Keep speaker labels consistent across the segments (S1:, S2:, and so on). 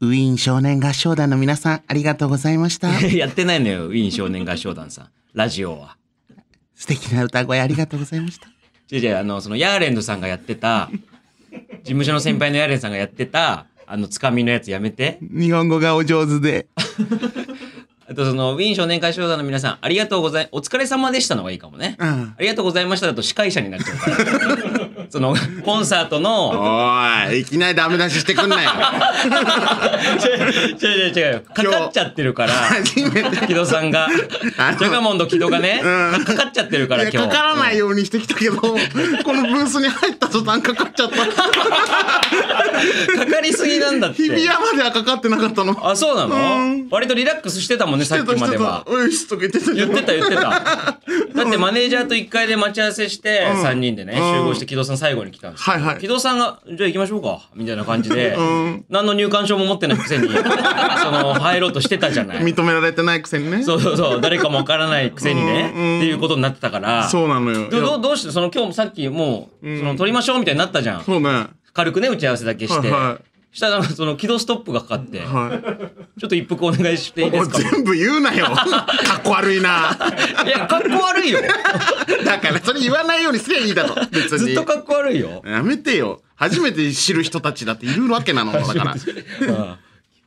S1: ウィーン少年合唱団の皆さん、ありがとうございま した。
S2: やってないのよ、ウィーン少年合唱団さん。ラジオは。
S1: 素敵な歌声ありがとうございました。
S2: 違う違う、あの、その、ヤーレンドさんがやってた、事務所の先輩のヤーレンドさんがやってた、あの、つかみのやつやめて。
S1: 日本語がお上手で。
S2: あと、その、ウィーン少年合唱団の皆さん、ありがとうござい、お疲れ様でしたのがいいかもね。
S1: うん
S2: ありがとうございましただと司会者になっちゃうから。 その、コンサートの、
S1: おい、いきなりダメ出ししてくん なよ。
S2: 違う違う違うよ。かかっちゃってるから、
S1: 初めて。
S2: 木戸さんが。
S1: あの
S2: ジャガモンド木戸がね、
S1: うん
S2: かかっちゃってるから
S1: いや
S2: 今日。
S1: かからないようにしてきたけど、このブースに入った途端かかっちゃった。
S2: かかりすぎなんだって。
S1: 日比谷まではかかってなかったの。し
S2: あ、そうな
S1: うん
S2: の割とリラックスしてたもんね、さ
S1: て
S2: っきま
S1: たして
S2: で
S1: た
S2: は。。
S1: おいしとか言ってたじ
S2: 言
S1: ゃん
S2: ってた言 ってた。だってマネージャーと1階で待ち合わせして、
S1: ん
S2: 3人でね、
S1: うん
S2: 集合して木戸さん最後に来たんですよ
S1: はいはい
S2: 木戸さんが、じゃあ行きましょうか、みたいな感じ で
S1: ん、
S2: 何の入館証も持ってないく せに、その、入ろうとしてたじゃない。
S1: 認められてないくせにね。
S2: そうそうそう、誰かもわからないくせにね、っ
S1: う
S2: て
S1: んうん
S2: いうことになってたから。
S1: そうなのよ。
S2: ど
S1: いや
S2: どどうしてその今日もさっきもう、その撮りましょうみたいになったじゃん。
S1: そうね。
S2: 軽くね、打ち合わせだけして。
S1: はいは
S2: したらなんかその起動ストップがかかって、
S1: は
S2: ちょっと一服お願いしていい
S1: い。
S2: で
S1: もう
S2: すか
S1: 全部言うなよ。かっこ悪いな。
S2: いや、かっこ悪いよ。
S1: だからそれ言わないようにすりゃいいだろ。別に。
S2: ずっとかっこ悪いよ。
S1: やめてよ。初めて知る人たちだっているわけなのだから。
S2: うん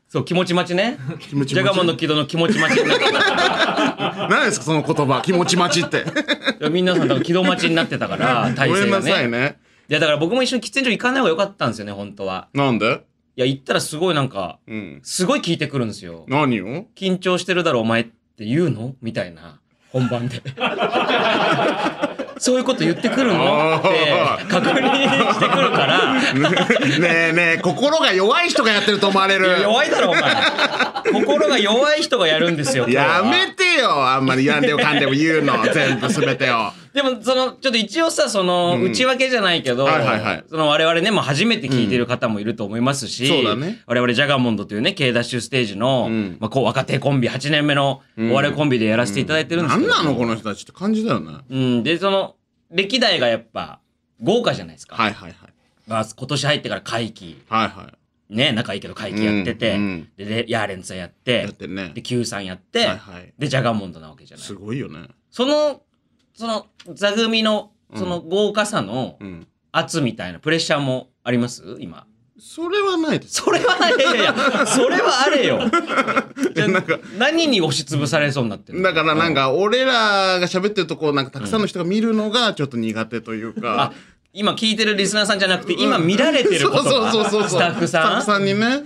S2: そう、気持ち待ちね。
S1: 持ち待ち
S2: ジャガモンの起動の気持ち待ちになってたか
S1: 何ですかその言葉。気持ち待ちって。
S2: ら。皆さん多分起動待ちになってた から、
S1: ご
S2: 体
S1: め
S2: 勢
S1: ん
S2: が
S1: なさい
S2: ね。
S1: ね。
S2: いや、だから僕も一緒に喫煙所行かない方が良かったんですよね、本当は。
S1: なんで
S2: いや、行ったらすごいなんか、
S1: うん。
S2: すごい聞いてくるんですよ。
S1: 何を
S2: 緊張してるだろお前って言うのみたいな本番で そういうこと言ってくるのって確認してくるから
S1: ねえねえ、心が弱い人がやってると思われる。
S2: 弱いだろお前心が弱い人がやるんですよ今日は
S1: やめてよ。あんまりやんでもかんでも言 うの。全部すべてを。
S2: でもそのちょっと一応さその内訳じゃないけど、
S1: はいはいはい
S2: その我々ねもう初めて聞いてる方もいると思いますし、
S1: そうだね
S2: 我々ジャガーモンドというね K ダッシュステージの、
S1: ん
S2: まあ、こう若手コンビ8年目のお笑いコンビでやらせていただいてるんですけ
S1: 何
S2: ど、
S1: なのこの人たちって感じだよね。
S2: うん、で、その、歴代がやっぱ、豪華じゃないですか。
S1: はいはいはい。
S2: まあ、今年入ってから会期、
S1: はいは
S2: ね、仲いいけど会期やってて、
S1: うんうん
S2: で、レヤーレンツさんやっ
S1: い。や
S2: て
S1: っ、てるね
S2: で、。Q さんやって、
S1: はいはい
S2: で、ジャガモンドなわけじゃない
S1: す。ごいよね。
S2: その、その、座組の、その豪華さの
S1: うん。
S2: 圧みたいなプレッシャーもあります今。
S1: それはないです。
S2: それはない、いやいやいや、それはあれ よ。じゃあ
S1: なんか
S2: 何に押しつぶされそうになってるの
S1: だからなんか俺らが喋ってるとこをなんかたくさんの人が見るのがちょっと苦手という
S2: あ
S1: か。、
S2: 今聞いてるリスナーさんじゃなくて、今見られてる
S1: そ
S2: こ
S1: う
S2: と
S1: そう
S2: が、
S1: そうそう。
S2: スタッフさん
S1: スタッフさんにね。うん
S2: まあ、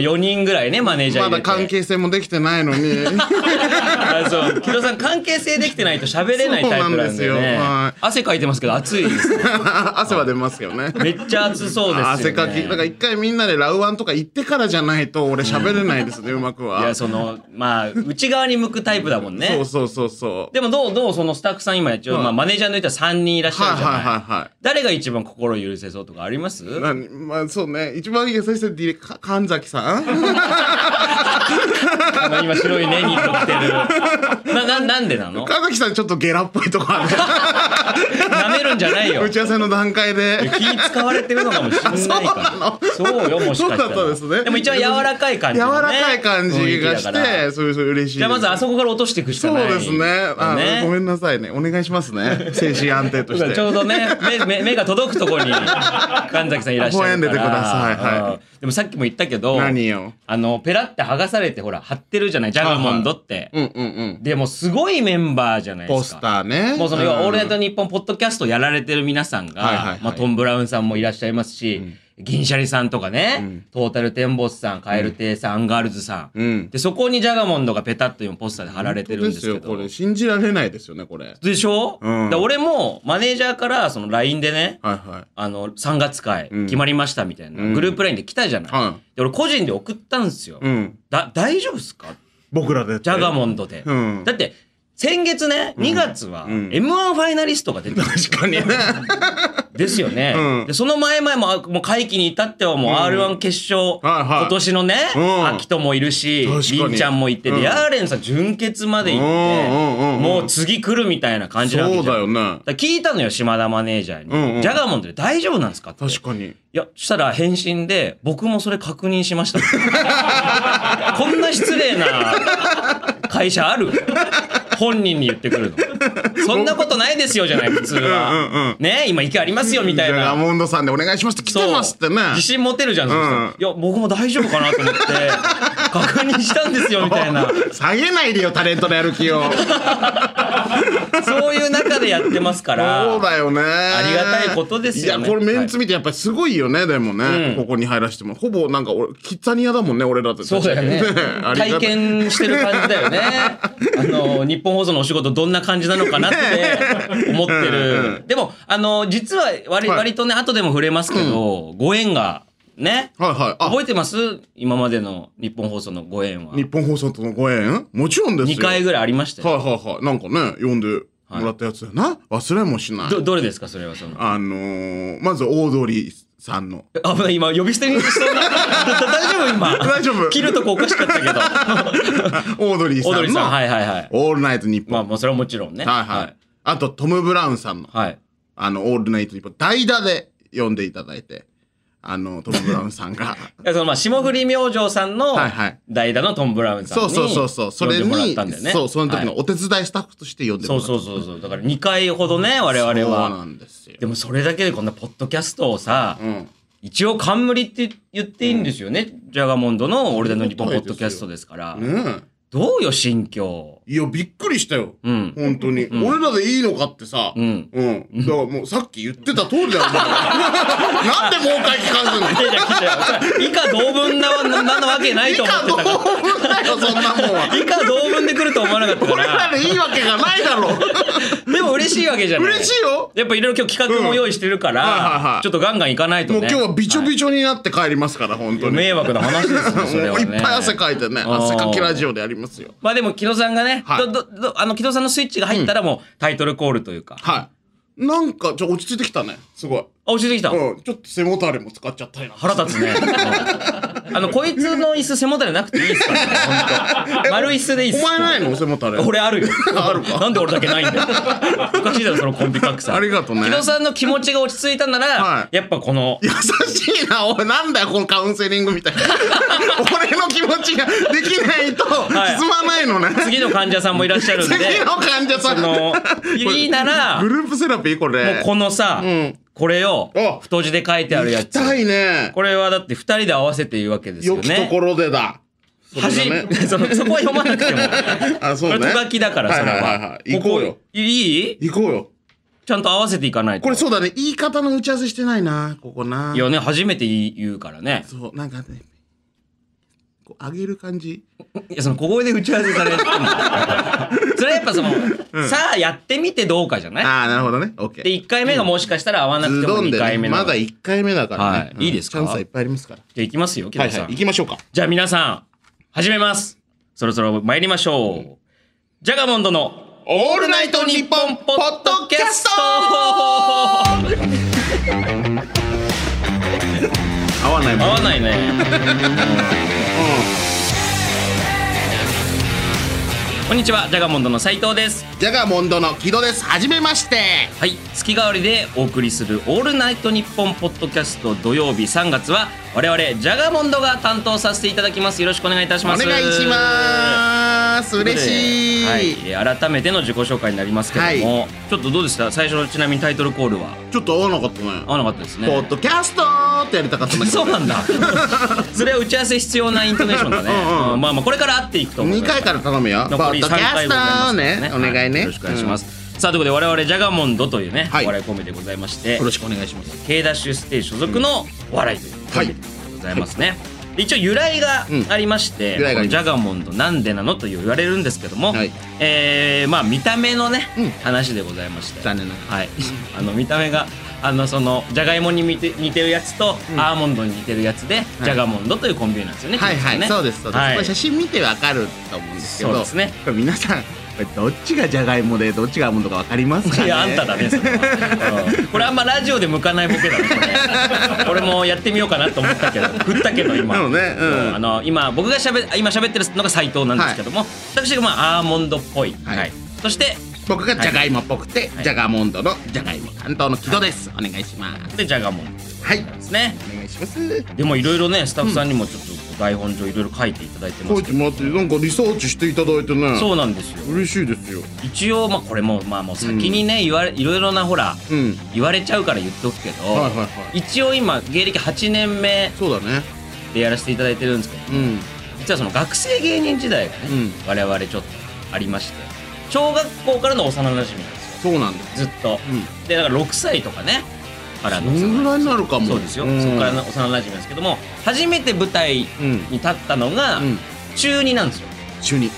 S2: 4人ぐらいね、マネージャー
S1: ま
S2: 入れ
S1: だ
S2: て
S1: 関係性もできてないのに。
S2: あそう。木戸さん、関係性できてないと喋れないタイプなんで
S1: そうなんです
S2: ね
S1: よはい。
S2: 汗かいてますけど、暑いです。
S1: 汗は出ますけどね。
S2: めっちゃ暑そうですよ、ね。
S1: 汗かき。だから一回みんなでラウワンとか行ってからじゃないと俺喋れないですね、うまく
S2: い
S1: は
S2: や、。その、まあ、内側に向くタイプだもんね。
S1: そうそうそうそう。
S2: でも、どう、どう、そのスタッフさん今一応、まあ、マネージャーの人は3人いらっしゃ
S1: はい
S2: るじゃない。
S1: はいはいはい。
S2: 誰が一番心許せそうとかあります
S1: なにまあそうね一番優しい人はディレか神崎さん
S2: あの今白いネギ食って る。な、な、なんでなの
S1: 神崎さんちょっとゲラっぽいとこ ある
S2: 舐めるんじゃないよ
S1: 打。ち合わせの段階で
S2: 気使われてるのかもしれないから。そうよ、もしかしたら。
S1: そうだったんですね
S2: でも一番柔らかい感じ、
S1: 柔
S2: ね。
S1: らかい感じ
S2: 雰囲
S1: がし
S2: 気だから
S1: てそういうそういう嬉しい
S2: じゃあまずあそこから落としていくしか
S1: そう
S2: ない。
S1: ですねあごめんなさいねお願いします ね精神安定として
S2: ちょうどね、目、目、目が届くところに、神崎さんいらっしゃるから。
S1: 微笑んでてくださいはい
S2: うんでもさっきも言ったけど、
S1: 何よ
S2: あの、ペラって剥がされて、ほら、貼ってるじゃない、ジャガモンドって。
S1: うんうんうん
S2: でも、すごいメンバーじゃないですか。
S1: ポスターね
S2: もうその、要
S1: ん
S2: は、オールナイトニッポンポッドキャストやられてる皆さんが、
S1: はいはいはい
S2: まあ、トム・ブラウンさんもいらっしゃいますし、銀シャリさんとかね、トータルテンボスさん、カエル亭さん、アンガールズさん。
S1: うん
S2: で、そこにジャガモンドがペタッと今ポスターで貼られてるんですけ
S1: 本当よこ
S2: ど
S1: れ。信じられないですよねこれ
S2: でしょ、
S1: うん
S2: だから俺も、マネージャーから、その LINE でね、
S1: はいは
S2: あの、3月会、決まりましたみたいな、グループ LINE で来たじゃない、
S1: は
S2: で、俺個人で送ったんですよ。
S1: いうん
S2: だ、大丈夫っすか
S1: 僕らで
S2: ジャガ
S1: ン
S2: モンドで。
S1: うん
S2: だって、先月ね、2月は、M1 ファイナリストが出てる。
S1: 確かにね。
S2: ですよね。
S1: うん
S2: で、その前々も、あもう会期に至ってはもう R1 決勝、
S1: はいはい
S2: 今年のね、
S1: うん
S2: 秋人もいるし、
S1: 確かに
S2: りんちゃんもいて、
S1: う
S2: で、
S1: ん
S2: ヤーレンさん準決まで行っ
S1: うんうんうんう
S2: て、
S1: ん
S2: もう次来るみたいな感じなわけじ
S1: そ
S2: ゃ
S1: うんだよね。
S2: だから聞いたのよ、島田マネージャーに。
S1: うんうん
S2: ジャガーモンドで大丈夫なんですかって。
S1: 確かに。
S2: いや、したら返信で、僕もそれ確認しました。 こんな失礼な会社ある本人に言ってくるの。そんなことないですよじゃない、普通
S1: うんうん
S2: は
S1: う。
S2: ね今意見ありますよみたい
S1: じゃあラ
S2: な。
S1: モンドさんでお願いしますって来
S2: そう
S1: てますってね。
S2: 自信持てるじゃん、そしたら
S1: うん
S2: いや、僕も大丈夫かなと思って、確認したんですよみたい な。
S1: 下げないでよ、タレントのやる気を。
S2: そういう中でやってますから。
S1: そうだよね。あ
S2: りがたいことですよね
S1: いや、これメンツ見てやっぱりすごいよね、でもね、
S2: うん
S1: ここに入らせても。ほぼなんか俺、キッザニアだもんね、俺らって。。
S2: そうだよね
S1: あり
S2: 体
S1: がたい。
S2: 験してる感じだよ ね。あの、日本放送のお仕事どんな感じなのかなって思ってる。でも、あの、実は割,、
S1: はい
S2: 割とね、後でも触れますけど、ご縁がね、
S1: はいはい。あ、
S2: 覚えてます今までの日本放送のご縁は。
S1: 日本放送とのご縁もちろんですよ。
S2: 2回ぐらいありましたよ。
S1: はいはいはい。なんかね、読んでもらったやつだな。忘れもしない。
S2: ど、どれですかそれはその。
S1: あのー、まずオードリーさんの。
S2: 危ない、今、呼び捨てにし そうな。だだ大丈夫今。
S1: 大丈夫
S2: 切るとこおかしかっ たけど。
S1: オードリーさ
S2: オードリー
S1: ん
S2: さん、
S1: の、
S2: はいはいはい。
S1: オールナイトニッポ
S2: まあ、
S1: ン。
S2: もうそれはもちろんね。
S1: はいはい。あと、トム・ブラウンさんの、
S2: はい。はい。
S1: あの、オールナイトニッポン、代打で読んでいただいて、あの、トム・ブラウンさん が。
S2: いやそのまあ霜降り明星さんの
S1: はいはい
S2: 代打のトム・ブラウンさん
S1: そ
S2: に
S1: うそうそうそう。それ
S2: 呼んでもら
S1: に、
S2: ったんだよね
S1: そう、その時
S2: は
S1: の
S2: い
S1: お手伝いスタッフとして呼んでも
S2: そ
S1: ら
S2: う
S1: った。
S2: そうそうそうだから2回ほどね我々
S1: そうな
S2: は
S1: んですよ。
S2: でもそれだけでこんなポッドキャストをさ、
S1: うん。
S2: 一応冠って言っていいんですよね、ジャガモンドの「俺らの日本ポッドキャスト」ですから
S1: ね
S2: どうよ心境
S1: え。いや、びっくりしたよ。
S2: うん
S1: 本当に。俺らでいいのかってさ。
S2: うん
S1: うん。だからもうさっき言ってた通りだよ、お前 なんでもう一回聞かず
S2: い
S1: に。
S2: やいや聞いてない以下同文なななわけない
S1: 以
S2: と思っ
S1: 下
S2: てたか
S1: 同
S2: ら
S1: 分だよ、そんなもん は。
S2: 以下同文で来ると思わなかったか
S1: 俺ら
S2: ら
S1: でいいわけがないだろ。
S2: でも嬉しいわけじゃない
S1: 嬉しいよ。
S2: やっぱいろいろ今日企画も用意してるか
S1: うんはいはい
S2: ら
S1: は、い
S2: ちょっとガンガンいかないと
S1: も
S2: ね。
S1: う今日はびちょびちょになって帰りますから、本当に。
S2: 迷惑な話です
S1: も
S2: ね、
S1: う
S2: それはね。
S1: いっぱい汗かいてね、
S2: あー
S1: 汗かきラジオでやりますよ。
S2: まあでも、木戸さんがね、
S1: は
S2: ど、
S1: い
S2: ど、ど、あの、木戸さんのスイッチが入ったらもうタイトルコールというか。
S1: はい。なんか、ちょ、落ち着いてきたね。すごい。
S2: あ、教えてきた。
S1: うん、ちょっと背もたれも使っちゃったりな。
S2: 腹立つ ね。あの、こいつの椅子背もたれなくていいですからね、 ほんと丸椅子でいいっす。
S1: お前ないの背もたれ。
S2: 俺ある よ。なんで俺だけないんだよ。おかしいだろ、そのコンビ格差。
S1: ありがとうね
S2: 木戸さんの気持ちが落ち着いたなら、
S1: は
S2: やっぱこの、
S1: 優しいな、おい、なんだよ、このカウンセリングみ たいな。俺の気持ちができないと、
S2: い
S1: 進まないのね。
S2: 次の患者さんもいらっしゃるんで、
S1: 次の患者
S2: そ
S1: さん。
S2: のいいなら
S1: グループセラピーこ
S2: もう
S1: れ。
S2: このさ、
S1: ん
S2: これを
S1: あ
S2: 太字で書いてあるや
S1: 行き
S2: つ。
S1: たいね。
S2: これはだって二人で合わせて言うわけですよ
S1: 良きと
S2: ね。
S1: ころでだ。それが
S2: 端
S1: ね
S2: そのそこは読まなくても。
S1: あ、
S2: こ
S1: そう
S2: れ
S1: ね。
S2: 手書きだから、それは。
S1: いいいはい行こうよ
S2: こ。いい
S1: 行こうよ。
S2: ちゃんと合わせていかないと。
S1: これそうだね、言い方の打ち合わせしてないな、ここな。
S2: いやね、初めて言うからね。
S1: そう、なんかね、こう上げる感じ。
S2: いや、その小声で打ち合わせされても。それはやっ ぱその、さあやってみてどうかじゃない
S1: ああ、なるほどね。オッケ
S2: で、
S1: ー。
S2: 1回目がもしかしたら合わなく
S1: ズ
S2: ても
S1: ドン
S2: 2
S1: で
S2: 回目
S1: ね、
S2: な
S1: ま
S2: の
S1: だ
S2: で。
S1: 1回目だからね。
S2: はい
S1: うん
S2: いいですか
S1: チャンスはいっぱいありますから。
S2: じゃあいきますよ、木
S1: は
S2: 戸
S1: い
S2: さん。
S1: はい、行きましょうか。
S2: じゃあ皆さん、始めます。そろそろ参りましょう。ジャガモンドの
S1: オ
S2: オールナイトニッポンポッドキャスト
S1: 合わない
S2: 合
S1: もん。
S2: わないね。こんにちは、ジャガモンドの斉藤です。
S1: ジャガモンドの木戸です。はじめまして。
S2: はい、月替わりでお送りするオールナイトニッポンポッドキャスト土曜日3月は我々ジャガモンドが担当させていただきます。よろしくお願いいたし
S1: お願
S2: ま
S1: い
S2: す。
S1: します。嬉しい。
S2: はいえー、改めての自己紹介になりますけれども、ちょっとどうでした最初のちなみにタイトルコールは
S1: ちょっと合わなかったね。
S2: 合わなかったです
S1: ポ
S2: ね
S1: ッドキャストーってやりたかったんだけど。
S2: そうなん だそれは打ち合わせ必要なイントネーションだね
S1: うんうん
S2: まあまあこれから合っていくと思い
S1: 二
S2: ます
S1: 回から頼むよ。ポ
S2: 残り
S1: ッド
S2: 3
S1: キャ
S2: 回
S1: ス
S2: ご
S1: ト
S2: ざいま
S1: ー
S2: すから
S1: ね。お願い
S2: は
S1: ね。
S2: よろしくお願いします、さあということで我々ジャガモンドというね、
S1: はい
S2: お笑いコンビでございまして
S1: うん。よろしくお願いします。
S2: K ダッシュステージ所属のお笑いというコンビでございますね、で一応由来がありまして、
S1: うん由来があります
S2: ジャガモンドなんでなのと言われるんですけども、
S1: はい
S2: えーまあ見た目のね、
S1: うん
S2: 話でございまして
S1: 残念ながら。
S2: はい、あの見た目があのそのじゃがいもに似て似てるやつと、アーモンドに似てるやつで、ジャガモンドというコンビニなんですよね。
S1: はいは
S2: きっと
S1: い、
S2: ね
S1: そうですそうです、
S2: はい
S1: これ写真見てわかると思うんですけど
S2: そうですね
S1: これ皆さんどっちがじゃがいもでどっちがアーモンドか分かりますかね
S2: いやあんただねそれは、うんこれあんまラジオで向かないボケだねこ れ俺もやってみようかなと思ったけど振ったけど今
S1: なのねうん
S2: あの今僕がしゃべ今喋ってるのが斉藤なんですけども、私がまあアーモンドっぽい、
S1: はい
S2: はいそして
S1: 僕がじゃがいもっぽくて、
S2: はい
S1: じゃがモンドのじゃがいも担当の木戸です、お願いします
S2: でジャガモンで
S1: はい
S2: すね
S1: お願いします
S2: でもいろいろねスタッフさんにもちょっと台本上いろいろ書いていただいてま
S1: こ
S2: す
S1: い
S2: け
S1: て待ってなんかリサーチしていただいてね
S2: どそうなんですよ
S1: 嬉しいですよ
S2: 一応まあこれもまあもう先にね、言われいろいろなほら
S1: うん
S2: 言われちゃうから言っとくけど、
S1: はいはいは
S2: 一応今芸歴8年目
S1: そうだね
S2: でやらせていただいてるんですけど
S1: うん
S2: 実はその学生芸人時代がね、
S1: うん
S2: 我々ちょっとありまして小学校からの幼馴染なんですよ
S1: そうなんです
S2: ずっと、
S1: う
S2: でだから6歳とかねからの
S1: んそ
S2: 幼馴
S1: んぐらいになるかも
S2: そうですよ、
S1: ん
S2: そこからの幼馴染ですけども初めて舞台に
S1: うん
S2: 立ったのが
S1: うん
S2: 中2なんですよ
S1: 中二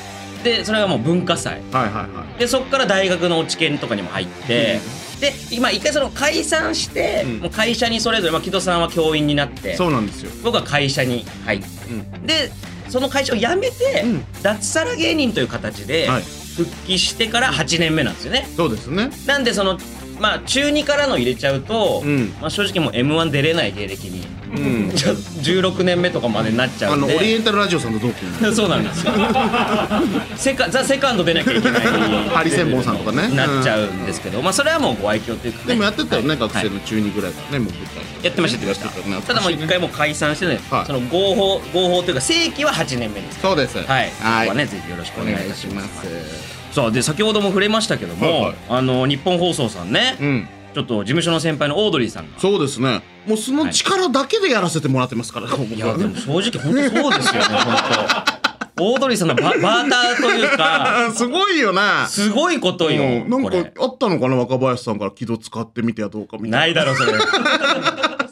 S2: でそれがもう文化祭
S1: はいはいはい
S2: でそこから大学の落ち研とかにも入って、で今一回その解散して、
S1: うん
S2: もう会社にそれぞれ、まあ、木戸さんは教員になって
S1: そうなんですよ
S2: 僕は会社に入って
S1: うん
S2: でその会社を辞めて、
S1: うん
S2: 脱サラ芸人という形で
S1: はい
S2: 復帰してから8年目なんですよね。
S1: そうですね
S2: なんでそのまあ中2からの入れちゃうと、
S1: うん
S2: まあ、正直もう m 1出れない芸歴に
S1: うん
S2: ちょ16年目とかまでになっちゃ
S1: あ
S2: うん
S1: のオリ
S2: で。
S1: エンタルラジオさんと同期なんで
S2: そうなんですよセカザ・セカンド出なきゃいけない
S1: ハリセンボンさんとかね
S2: なっちゃうんですけど、まあそれはもうご愛嬌というか、ね、
S1: でもやってたよね、
S2: はい
S1: 学生の中二ぐらいからねもう舞台
S2: やってましたやってま
S1: やって
S2: した
S1: ね
S2: ただもう一回もう解散してね、
S1: はい
S2: その合法合法というか正規は8年目です
S1: そうです
S2: はい、
S1: はい
S2: ここはねぜひよろしく
S1: お
S2: お
S1: 願
S2: 願
S1: い
S2: いいた
S1: し
S2: し
S1: ま
S2: ますすさあで先ほども触れましたけども、
S1: はいはい
S2: あの日本放送さんね、
S1: うん
S2: ちょっと事務所の先輩のオードリーさんが
S1: そうですねもうその力だけでやらせてもらってますから、僕
S2: いや
S1: は
S2: でも正直本当そうですよね本当 オードリーさんのババーターというか
S1: あ すごいよな
S2: すごいことよ、
S1: うんなん
S2: こ
S1: か
S2: れ
S1: あったのかな若林さんから木戸使ってみてはどうかみたい
S2: ないだろ それ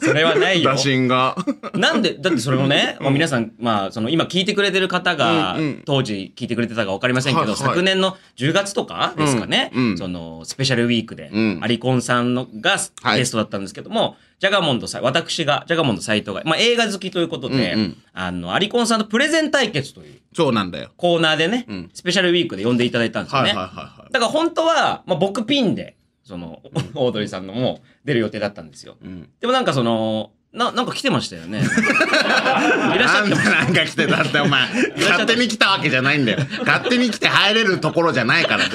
S2: それはない
S1: な
S2: よ
S1: 打診が
S2: なんでだってそれもね、まあ、皆さん、まあ、その今聞いてくれてる方が、
S1: うんうん
S2: 当時聞いてくれてたか分かりませんけど、
S1: はいはい
S2: 昨年の10月とかですかね、
S1: うんうん
S2: そのスペシャルウィークで、
S1: うん
S2: アリコンさんのが
S1: はい
S2: ゲストだったんですけども、ジャガモンドさん私がジャガモンド斎藤が、まあ、映画好きということで、
S1: うんうん
S2: あのアリコンさんとプレゼン対決という
S1: そうなんだよ
S2: コーナーでね、
S1: うん
S2: スペシャルウィークで呼んでいただいたんですよ
S1: はい
S2: ね。
S1: はいはいは
S2: だから本当は、まあ、僕ピンでその、オードリーさんのも出る予定だったんですよ。
S1: い、うん、
S2: でもなんかその、な、なんか来てましたよ ね。いらっしゃ
S1: な
S2: っ
S1: ん
S2: て
S1: で
S2: まし
S1: なんか来てたってお前勝手に来たわけじゃないんだよ勝手に来て入れるところじゃないから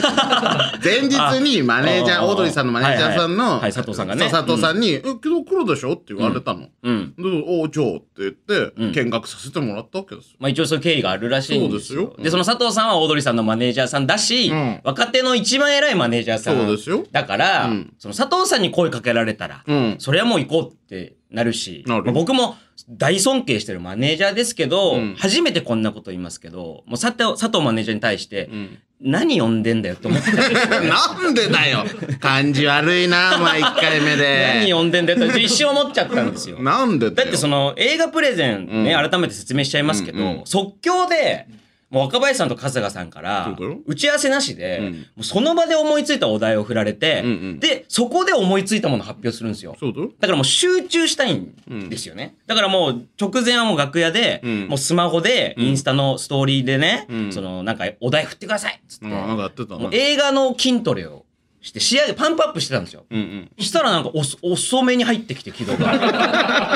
S1: 別 に前日にマネージャー
S2: あ
S1: オードリーさんのマネージャーさんの、
S2: はいはいはい佐藤さんがね
S1: そう佐藤さんに「え木戸黒でしょ?」って言われたの、
S2: た。うん。
S1: でおじゃあって言って、
S2: うん
S1: 見学させてもらったわけですよ
S2: まあ一応そういう経緯があるらしいんですよ。
S1: そうですよ
S2: で、その佐藤さんはオードリーさんのマネージャーさんだし、
S1: うん
S2: 若手の一番偉いマネージャーさん。
S1: そうですよ
S2: だから、
S1: うん
S2: その佐藤さんに声かけられたら、
S1: うん
S2: それはもう行こうってなるし、
S1: なる
S2: まあ僕も大尊敬してるマネージャーですけど、
S1: うん
S2: 初めてこんなこと言いますけど、もう佐藤佐藤マネージャーに対して、
S1: ん
S2: 何呼んでんだよって思ってたん ですよ
S1: なんでだよ感じ悪いなお前1回目
S2: 何
S1: で
S2: 呼んでんだよって一瞬思っちゃったんですよ。
S1: なんでだ
S2: だ
S1: よ
S2: ってその映画プレゼンね、
S1: う
S2: 改めて説明しちゃいますけど、
S1: うんうん
S2: 即興で、もう若林さんと春日さんから
S1: そうだよ、
S2: 打ち合わせなしで、
S1: うん
S2: もうその場で思いついたお題を振られて、
S1: うんうん
S2: で、そこで思いついたものを発表するんですよ。
S1: そうだよ
S2: だからもう集中したいんですよね。だからもう直前はもう楽屋で、
S1: うん
S2: もうスマホで、インスタのストーリーでね、
S1: ん
S2: そのなんかお題振ってくださいっつって、
S1: うんなんかやってた
S2: もう
S1: な
S2: 映画の筋トレをして、仕上げ、パンプアップしてたんですよ。
S1: うんうん
S2: したらなんかおそ遅めに入ってきて軌道 が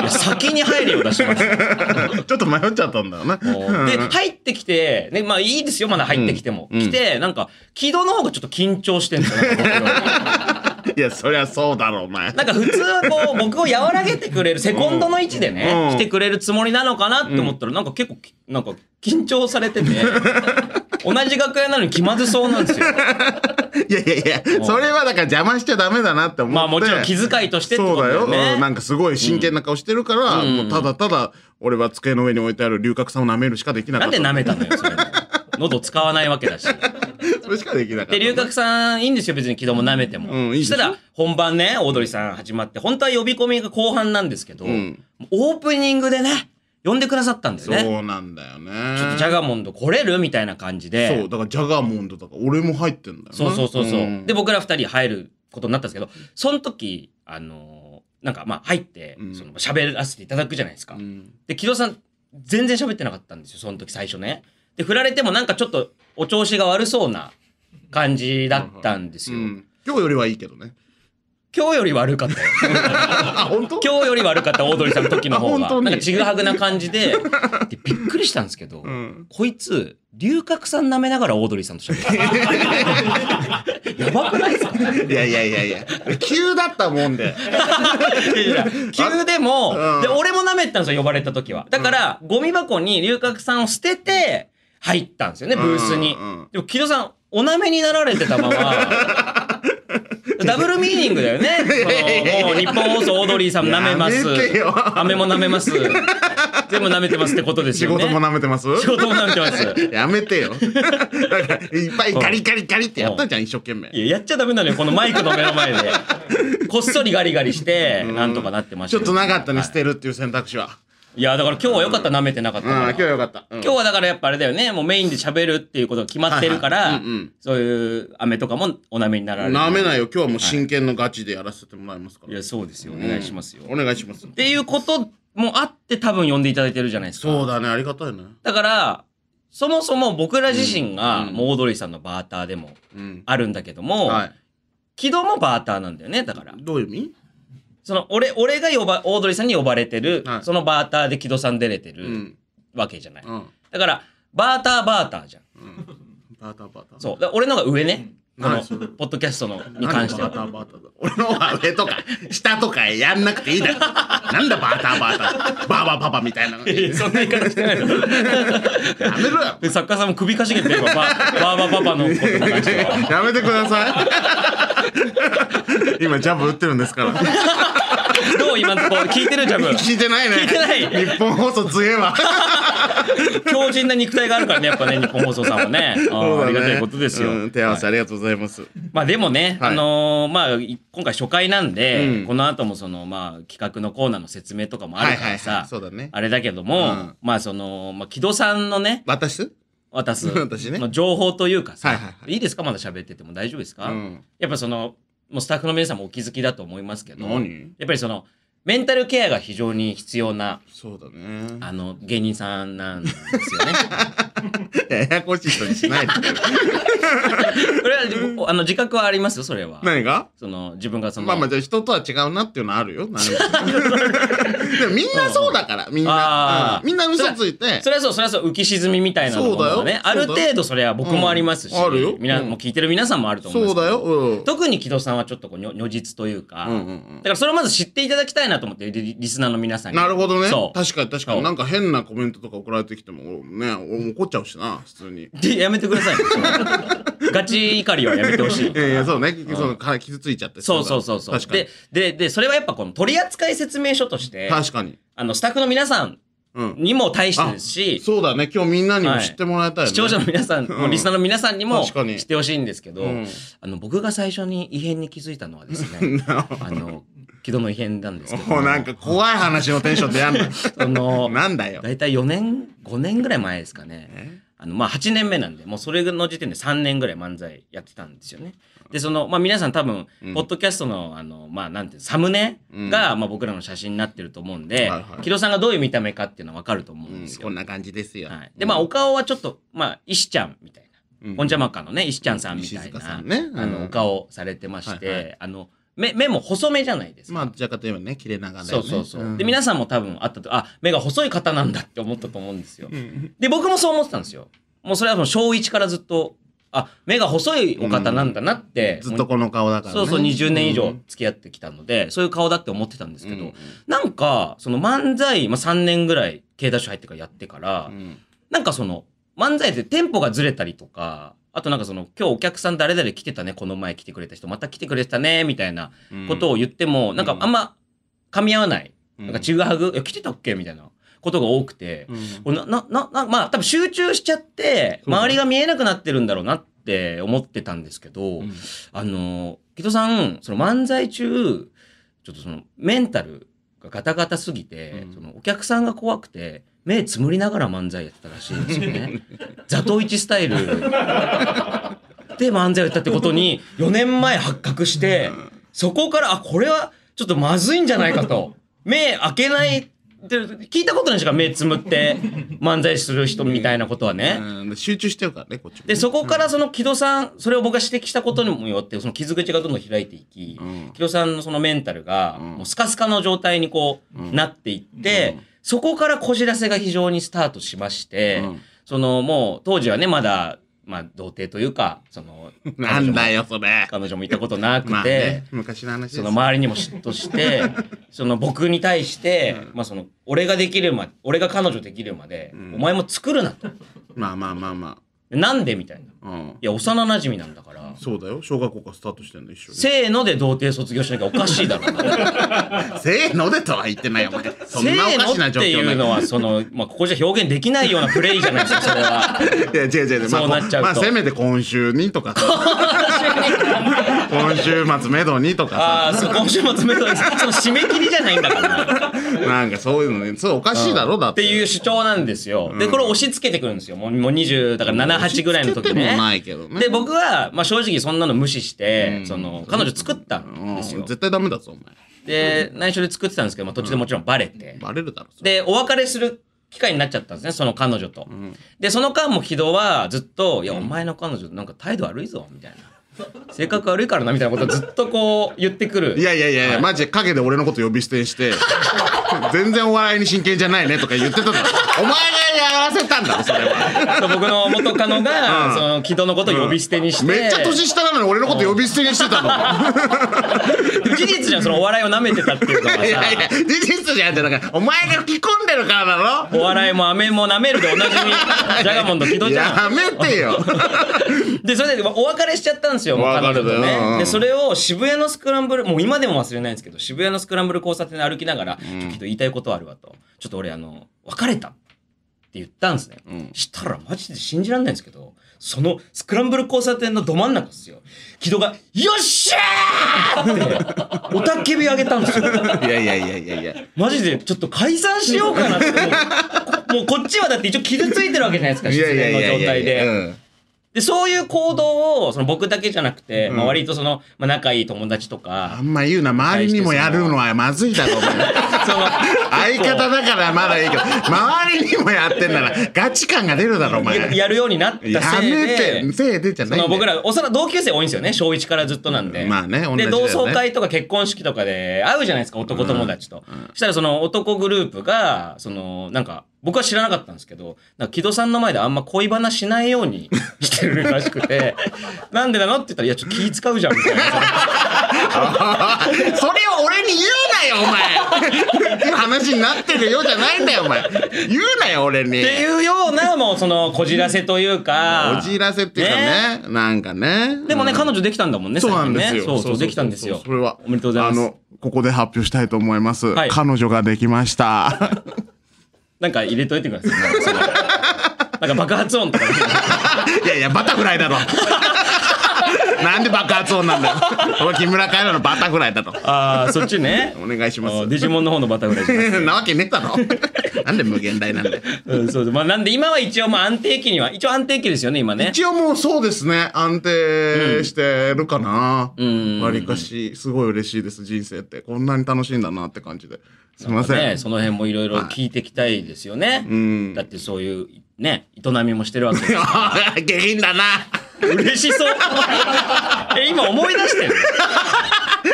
S2: いや先に入れよ出しますで
S1: ちょっと迷っちゃったんだよな
S2: 入ってきて、ね、まあいいですよまだ入ってきても、
S1: うん
S2: 来てなんか軌道の方がちょっと緊張してんですよなんか僕よ
S1: いやそりゃそうだろお前
S2: りなんか普通はこう僕を和らげてくれるセコンドの位置でね、
S1: うん
S2: 来てくれるつもりなのかなって思ったら、なんか結構きなんか緊張され てて同じ楽屋なのに気まずそうなんですよ
S1: いやいやいやそれはだから邪魔しちゃダメだなって思って
S2: まあもちろん気遣いとしてってこ
S1: そう
S2: と
S1: だ
S2: だ
S1: よ、
S2: よね
S1: うんなんかすごい真剣な顔してるから、
S2: うん
S1: もうただただ俺は机の上に置いてある龍角散を舐めるしかできな
S2: な
S1: か
S2: ん
S1: った
S2: で舐めたのよそれも喉使わないわけだし
S1: それしかできなかった
S2: で、龍角さん、いいんですよ、別に軌道も舐めても。
S1: うんいいです
S2: そ
S1: よ
S2: したら、本番ね、オードリーさん始まって、本当は呼び込みが後半なんですけど、
S1: ん
S2: オープニングでね、呼んでくださったんですよね。
S1: そうなんだよね
S2: ちょっとジャガモンド来れるみたいな感じで。
S1: そうだからジャガーモンドとか俺も入ってんだよな
S2: そうそうそうそう。
S1: ん
S2: で、僕ら二人入ることになったんですけど、その時、あのーなんかまあ入って
S1: うん、
S2: その喋らせていただくじゃないですか。
S1: うん
S2: で、木戸さん、全然喋ってなかったんですよ、その時最初ね。で、振られてもなんかちょっとお調子が悪そうな感じだったんです
S1: う
S2: よ。
S1: ん、今日よりはいいけどね。
S2: 今日より悪かった よ。
S1: あ、本当
S2: 今日より悪かった、オードリーさんの時の方
S1: あ本当
S2: が。
S1: に
S2: なんかちぐはぐな感じで、でびっくりしたんですけど、
S1: うん。
S2: こいつ、龍角さん舐めながらオードリーさんと喋 ってる。やばくないですか
S1: いやいやいやいや。急だったもんで。
S2: 急でも、
S1: うん
S2: で、俺も舐めてたんですよ、呼ばれた時は。だから、ゴミ箱に龍角さんを捨てて、入ったんですよね、ブースに
S1: うんうんうん。
S2: でも、木戸さん、お舐めになられてた まま、ダブルミーニングだよね。そのもう日本放送オードリーさんも舐めます
S1: やめて。よ
S2: 飴も舐めます。全部舐めてますってことです
S1: 仕
S2: よね。
S1: 事も舐めてます
S2: 仕事も舐めてます。
S1: やめ てよ。だから、いっぱいガリガリガリってやったじゃん、一生懸命。
S2: いや、やっちゃダメなのよ、このマイクの目の前 で。こっそりガリガリして、なんとかなってまし
S1: ち
S2: た
S1: ょっ
S2: け
S1: と
S2: ど
S1: なかったね、
S2: はい
S1: 捨てるっていう選択肢は。
S2: いや、だから今日はよかった、舐めてなかっ
S1: う
S2: たか
S1: ん、
S2: ら。
S1: 今日はよかった。うん
S2: 今日はだからやっぱあれだよね、もうメインで喋るっていうことが決まってるから、
S1: はいはいうんうん
S2: そういう飴とかもお舐めになられる。
S1: 舐めないよ、今日はもう真剣のガチでやらせてもらいますか
S2: い
S1: ら。
S2: や、そうですよ。お願いしますよ。
S1: お願いします
S2: っ。ていうこともあって多分呼んでいただいてるじゃないですか。
S1: そうだね、ありがたいね。
S2: だから、そもそも僕ら自身が、
S1: うん
S2: もうオードリーさんのバーターでも
S1: うん。
S2: あるんだけども、
S1: はい。
S2: 木戸もバーターなんだよね、だから。
S1: どういう意味
S2: その、俺、俺が呼ば、オードリーさんに呼ばれてる、
S1: はい
S2: そのバーターで木戸さん出れて
S1: う
S2: る
S1: ん。
S2: わけじゃない。
S1: うん。
S2: だから、バーターバーターじゃん。
S1: バタバタ。
S2: そう。だから俺のが上ね。この
S1: 何それ、
S2: ポッドキャストの、に関しては
S1: 何。バタバタだ。俺のは上とか、下とかやんなくていいだろ。なんだバタバタ。バーバーパパみ たいなの。
S2: いやいやそんな言い方してないの。
S1: やめろよ。
S2: で、作家さんも首かしげてるから、バーバーバーパパのことに関しては。
S1: やめてください。 今ジャブ打ってるんです から。
S2: どう今のとこ聞いてるジャブ。
S1: 聞いてないね。
S2: 聞いてない
S1: 日本放送強えわ。
S2: 強靭な肉体があるからね、やっぱね、日本放送さんはね。 あーありがたいことですよ。
S1: うん手合わせありがとうございます。
S2: まあでもね、
S1: はい
S2: あのーまあい今回初回なんで、
S1: うん
S2: この後もそのまあ企画のコーナーの説明とかもあるからさ、
S1: はいはいはいそうだね
S2: あれだけども、
S1: うん
S2: まあその、まあ木戸さんのね、
S1: 私
S2: 渡す、
S1: 私ね
S2: の情報というかさ、
S1: はいい
S2: い
S1: はいはい
S2: ですかまだ喋ってても大丈夫ですか、
S1: うん
S2: やっぱその、もうスタッフの皆さんもお気づきだと思いますけど、やっ
S1: 何
S2: ぱりその、メンタルケアが非常に必要な、
S1: そうだね。
S2: あの、芸人さんなんです よね。
S1: ややこしい人にしないで。
S2: これは、あの、自覚はありますよ、それは。
S1: 何が
S2: その、自分がその、
S1: まあまあじゃあ人とは違うなっていうのはあ るよ。なんかでもみんなそうだから、みん
S2: あ
S1: な
S2: あ。
S1: うんみんな嘘ついて
S2: そ。れはそう、それはそう、浮き沈みみたいなの
S1: そうだよ
S2: もね、ある程度それは僕もありますし、
S1: うんあるよ
S2: みんな
S1: うん
S2: もう聞いてる皆さんもあると思うんで
S1: そ
S2: す
S1: う
S2: けど
S1: だよ。うん。
S2: 特に木戸さんはちょっとこう、如如実というか、
S1: うんうんうん
S2: だからそれをまず知っていただきたいなと思って、リリスナーの皆さんに。
S1: なるほどね。
S2: そう。
S1: 確かに確か
S2: そ
S1: に。
S2: う
S1: なんか変なコメントとか送られてきても、ね、俺怒っちゃうしな、普通に。
S2: でやめてください。 ガチ怒りはやめてほしい
S1: い。やいや、そうね。結局そのか傷ついちゃって。
S2: そうそうそうそう。
S1: 確かに
S2: で。、で、で、それはやっぱこの取扱説明書として、
S1: 確かに。
S2: あの、スタッフの皆さん
S1: うん。
S2: にも対してですし、
S1: そうだね。今日みんなにも知ってもらいたいよね。
S2: 視聴者の皆さん、もうリスナーの皆さんにも
S1: 確かに
S2: 知ってほしいんですけど、
S1: うん
S2: あの、僕が最初に異変に気づいたのはです ね、あの、木戸の異変なんですけど
S1: も
S2: も、
S1: うなんか怖い話のテンションでやん な。
S2: あの、
S1: なんだよ。
S2: 大体4年、5年ぐらい前ですかね。あの、まあ、8年目なんで、もうそれの時点で3年ぐらい漫才やってたんですよね。で、その、まあ、皆さん多分、ポッドキャストの、あの、まあ、なんていうのサムネが、まあ、僕らの写真になってると思うんで、
S1: はいはい
S2: 木戸さんがどういう見た目かっていうのはわかると思う
S1: うん
S2: で
S1: ん
S2: すよ。
S1: こんな感じですよ。
S2: はい。で、まあ、お顔はちょっと、まあ、石ちゃんみたいな。
S1: うん
S2: 本邪魔かのね、石ちゃんさんみた
S1: 石
S2: い
S1: 塚
S2: な、
S1: さんねうん
S2: あの、お顔されてまして、
S1: はいは
S2: あの、目、目も細めじゃないですか。
S1: まあ、どちらかといえばね、切れ長だ
S2: そ
S1: よ
S2: う
S1: ね。
S2: そうそう。
S1: ん
S2: で、皆さんも多分あったと、あ、目が細い方なんだって思ったと思うんですよ。で、僕もそう思ってたんですよ。もうそれはもう小1からずっと、あ、目が細いお方なんだなって、
S1: ずっとこの顔だからね。
S2: そうそう、20年以上付き合ってきたので、そういう顔だって思ってたんですけど、なんか、その漫才、まあ、3年ぐらい、経済所入ってからやってから、
S1: ん
S2: なんかその、漫才でテンポがずれたりとか、あとなんかその、今日お客さん誰々来てたね、この前来てくれた人、また来てくれたね、みたいなことを言っても、なんかあんま噛み合わない。なんかちぐはぐ、え、来てたっけみたいなことが多くて、これな、な、な、なまあ多分集中しちゃって、
S1: そうだね
S2: 周りが見えなくなってるんだろうなって思ってたんですけど、
S1: ん
S2: あの、木戸さん、その漫才中、ちょっとそのメンタルがガタガタすぎて、
S1: うん
S2: そのお客さんが怖くて、目つむりながら漫才やってたらしいんですよ ね。ザトウイチスタイル。で漫才をやったってことに、4年前発覚して、そこから、あ、これはちょっとまずいんじゃないかと。目開けないで聞いたことないしか目つむって漫才する人みたいなことはね。
S1: うん集中しちゃうからね、こっちも。
S2: で、そこからその木戸さん、それを僕が指摘したことにもよって、その傷口がどんどん開いていき、
S1: うん
S2: 木戸さんのそのメンタルが、
S1: ん
S2: もうスカスカの状態にこう、なっていって、そこからこじらせが非常にスタートしまして、
S1: うん
S2: そのもう当時はね、まだ、まあ童貞というか、その、
S1: なんだよ、それ。
S2: 彼女もいたことなくて、
S1: まあね、昔の話です
S2: その周りにも嫉妬 して、その僕に対して、まあその、俺ができるまで、俺が彼女できるまで、お前も作るなと。
S1: まあまあまあま
S2: なんでみたいな。
S1: あ。うん。
S2: いや、幼馴染なんだから、
S1: そうだよ。小学校からスタートしてんの、一緒に。
S2: せーので童貞卒業しなきゃおかしいだろ。
S1: せーのでとは言ってないよ、お前。 そん
S2: せ
S1: なお
S2: ー
S1: かし
S2: の
S1: な
S2: っ
S1: 状
S2: て
S1: 況
S2: い
S1: な
S2: う
S1: い。
S2: のは、その、まあ、ここじゃ表現できないようなプレイじゃないですか、それは。
S1: いや、違う違う違う。まあ
S2: そうなっちゃうと
S1: まあ、せめて今週にとかさ。 今週末めどにとか
S2: ああ、そう、今週末めどに、その締め切りじゃないんだから。っ
S1: さ。なんかそういうのね、それおかしいだろ、だってて。
S2: いう主張なんですよ。で、これを押し付けてくるんですよ。もうもう20、だから7、8ぐらいの時
S1: つけて
S2: ね
S1: も。ないけどね。
S2: で、僕は、まあ正直そんなの無視して、
S1: ん
S2: その、彼女作った
S1: うんん、
S2: ですよ。
S1: 絶対ダメだぞ、お前。
S2: で、内緒で作ってたんですけど、まあ途中でもちろんバレて。
S1: バレるだろ、それ
S2: で、お別れする機会になっちゃったんですね、その彼女と。で、その間も木戸はずっと、いや、お前の彼女なんか態度悪いぞ、みたいな。性格悪いからな、みたいなことをずっとこう言ってくる。
S1: いやいやいやいや、マジで陰で俺のこと呼び捨てにして、全然お笑いに真剣じゃないねとか言ってたんだろ。お前がやらせたんだろ、それは。
S2: そう僕の元カノが、
S1: うん
S2: その木戸のことを呼び捨てにして。
S1: めっちゃ年下なのに俺のこと呼び捨てにしてたの。
S2: 事実じゃん、そのお笑いを舐めてたっていうのがさ。
S1: いやいや、事実じゃんってなんか、お前が吹き込んでるからだろ。
S2: お笑いも飴も舐めるでおなじみ、ジャガモンと木戸ちゃん。
S1: やめてよ。
S2: で、それでお別れしちゃったんですよ、もう彼女と
S1: お別れだよう
S2: ね。
S1: ん
S2: で、それを渋谷のスクランブル、もう今でも忘れないんですけど、渋谷のスクランブル交差点で歩きながら、ちょっと言いたいことあるわと。ちょっと俺、あの、別れたって言ったんですね。したらマジで信じられないんですけど、そのスクランブル交差点のど真ん中ですよ。木戸が、よっしゃーって、おたけび上げたんですよ。
S1: いやいやいやいやいや。
S2: マジで、ちょっと解散しようかなって。もうもうこっちはだって一応傷ついてるわけじゃないですか、
S1: い
S2: 失
S1: やいや
S2: 恋の状
S1: いやいや
S2: 態
S1: いや。
S2: で。
S1: うん
S2: で、そういう行動を、その僕だけじゃなくて、まあ割とその、まあ仲いい友達と
S1: あ
S2: か、
S1: んま言うな、周りにもやるのはまずいだろ、お前。
S2: その、
S1: 相方だからまだいいけど、周りにもやってんなら、ガチ感が出るだろ、お前。
S2: ややるようになったせいで、
S1: やめて、せいでじゃな
S2: そ
S1: いんだ
S2: の
S1: よ。
S2: 僕ら、おさら同級生多いんですよね、小1からずっとなんで。
S1: まあね同じだ
S2: で、
S1: よね
S2: 同窓会とか結婚式とかで会うじゃないですか、男友達と。そしたらその男グループが、その、なんか、僕は知らなかったんですけど、なんか木戸さんの前であんま恋バナしないようにしてるらしく て、なんでなのって言ったら、いや、ちょっと気使うじゃん、みたいな。
S1: それを俺に言うなよ、お前。っていう話になってるよじゃないんだよ、お前。言うなよ、俺に
S2: っ。ていうような、もうその、こじらせというか。
S1: おじらせっていうかね、なんかね。
S2: でもね、
S1: うん
S2: 彼女できたんだもんね、
S1: そうなんです
S2: 最
S1: よ。
S2: 近ねそうそう、できたんですよ。
S1: それは。
S2: おめでとうございます
S1: あの、ここで発表したいと思います。
S2: はい
S1: 彼女ができま した。
S2: なんか入れといてください。なんかそのなんか爆発音と か。
S1: いやいや、バタフライだろ。 なんで爆発音なんだよ。 これ木村カエラのバタフライだろ。
S2: ああ、そっちね。
S1: お願いします
S2: あーデジモンの方のバタフライじゃない。
S1: なわけねえ だろ。なんで無限大なんだよ。
S2: うん、そうそうまあ、なんで今は一応、まあ安定期には、一応安定期ですよね、今ね。
S1: 一応もうそうですね、安定してるかな。
S2: ん
S1: わりかし、すごい嬉しいです、人生って。こんなに楽しいんだなって感じで。すいません。
S2: ね、その辺もいろいろ聞いていきたいですよね。だってそういう、ね、営みもしてるわけです。
S1: あー 下品だな。
S2: 嬉し そう。え、今思い出してる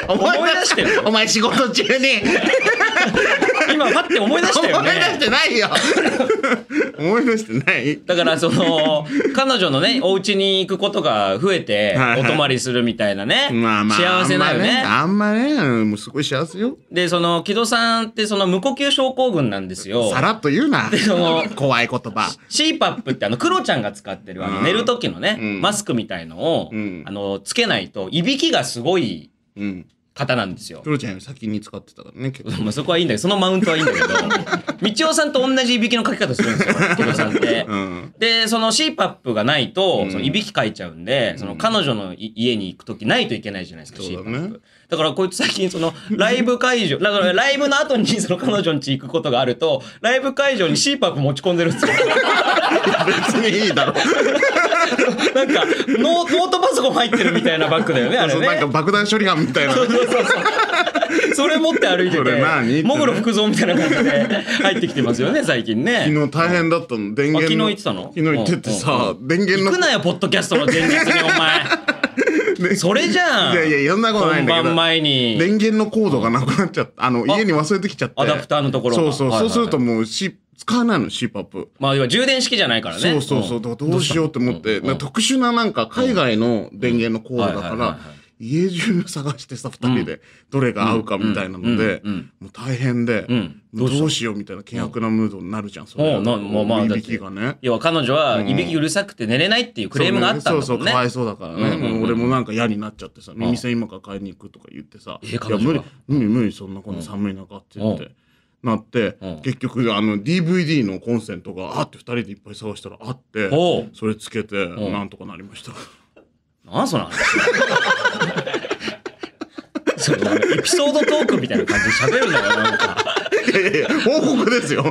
S2: 思い出してる
S1: お前仕事中に。
S2: 今、パって思い出したよ
S1: 思い出
S2: ね。
S1: してな いよ。思い出してない。
S2: だからそ の彼女のねお家に行くことが増えて
S1: はいはい
S2: お泊まりするみたいなね、
S1: まあまあ。
S2: 幸せだよね
S1: あんまね、あんまねうんもうすごい幸せよ。
S2: でその木戸さんってその無呼吸症候群なんですよ
S1: さらっと言うな
S2: その。
S1: 怖い言葉。
S2: CPAP ってあのクロちゃんが使ってるあの
S1: うん
S2: 寝る時のね、
S1: うん
S2: マスクみたいのを、
S1: うん
S2: あのつけないといびきがすごい
S1: うん。
S2: 方なんですよ
S1: プロちゃんより先に使ってたからね、結構。
S2: まあそこはいいんだけどそのマウントはいいんだ けど道夫さんと同じいびきのかき方するんですよ木戸さんって。
S1: うん。
S2: で、その CPAP がないと、
S1: ん
S2: そのいびきかいちゃうんで、その彼女のい家に行くときないといけないじゃないですか、
S1: そうだ
S2: CPAP
S1: ね。
S2: だからこいつ最近そ のライブ会場、だからライブの後にその彼女ん家行くことがあると、ライブ会場に CPAP 持ち込んでるんですよ。
S1: 別にいいだろ。
S2: なんかノーノートパソコン入ってるみたいなバッグだよねあれ
S1: そう
S2: ね
S1: なんか爆弾処理班みたいな
S2: そうそうそうそうそれ持って歩いて
S1: それ何って
S2: て
S1: ね
S2: もぐろ福蔵みたいな感じで入ってきてますよね最近ね
S1: 昨日大変だったの電源
S2: あ昨日行ってたの
S1: 昨日行ってってさ電源
S2: 行
S1: の
S2: くなよポッドキャストの前日にお 前それじゃん
S1: いやいやそんなことないんだけど
S2: 本番前に
S1: 電源のコードがなくなっちゃったあの家に忘れてきちゃって
S2: アダプターのところ
S1: そ
S2: が
S1: うそう
S2: はいはい
S1: そ
S2: は
S1: う
S2: い
S1: するともう C 使わないの CPAP
S2: まあ要は充電式じゃないからね
S1: そうそうそう、
S2: ん
S1: だからどうしようって思って、
S2: うん
S1: なんか特殊ななんか海外の電源のコードだ
S2: うん
S1: か
S2: はいはい
S1: ら
S2: はいはい、
S1: 家中探してさ、二人で、どれが合うかみたいなので
S2: うんうんうん、
S1: もう大変で
S2: うん、
S1: もうどうしようみたいな険悪なムードになるじゃん、それ
S2: おうなまあまあ
S1: い
S2: だっ
S1: び
S2: て
S1: きがね。
S2: 要は彼女はいびきうるさくて寝れないっていうクレームがあったんだも
S1: そうそ
S2: ん
S1: う、かわ
S2: ね
S1: いそうだから
S2: うん
S1: ね。
S2: うんうん
S1: もう俺もなんか嫌になっちゃってさ、
S2: ん
S1: 耳栓今から買いに行くとか言ってさ、
S2: え
S1: いや、
S2: 彼女
S1: 無理
S2: が、
S1: 無理、無理、そんなこの寒い中って言っ
S2: う
S1: て。なって
S2: うん、
S1: 結局、あの、DVD のコンセントが、あって二人でいっぱい探したら、あって、
S2: おう
S1: それつけて、
S2: ん
S1: なんとかなりました。
S2: なんその 話そのエピソードトークみたいな感じで喋るんだよなんか
S1: いやいやいや報告で すよ。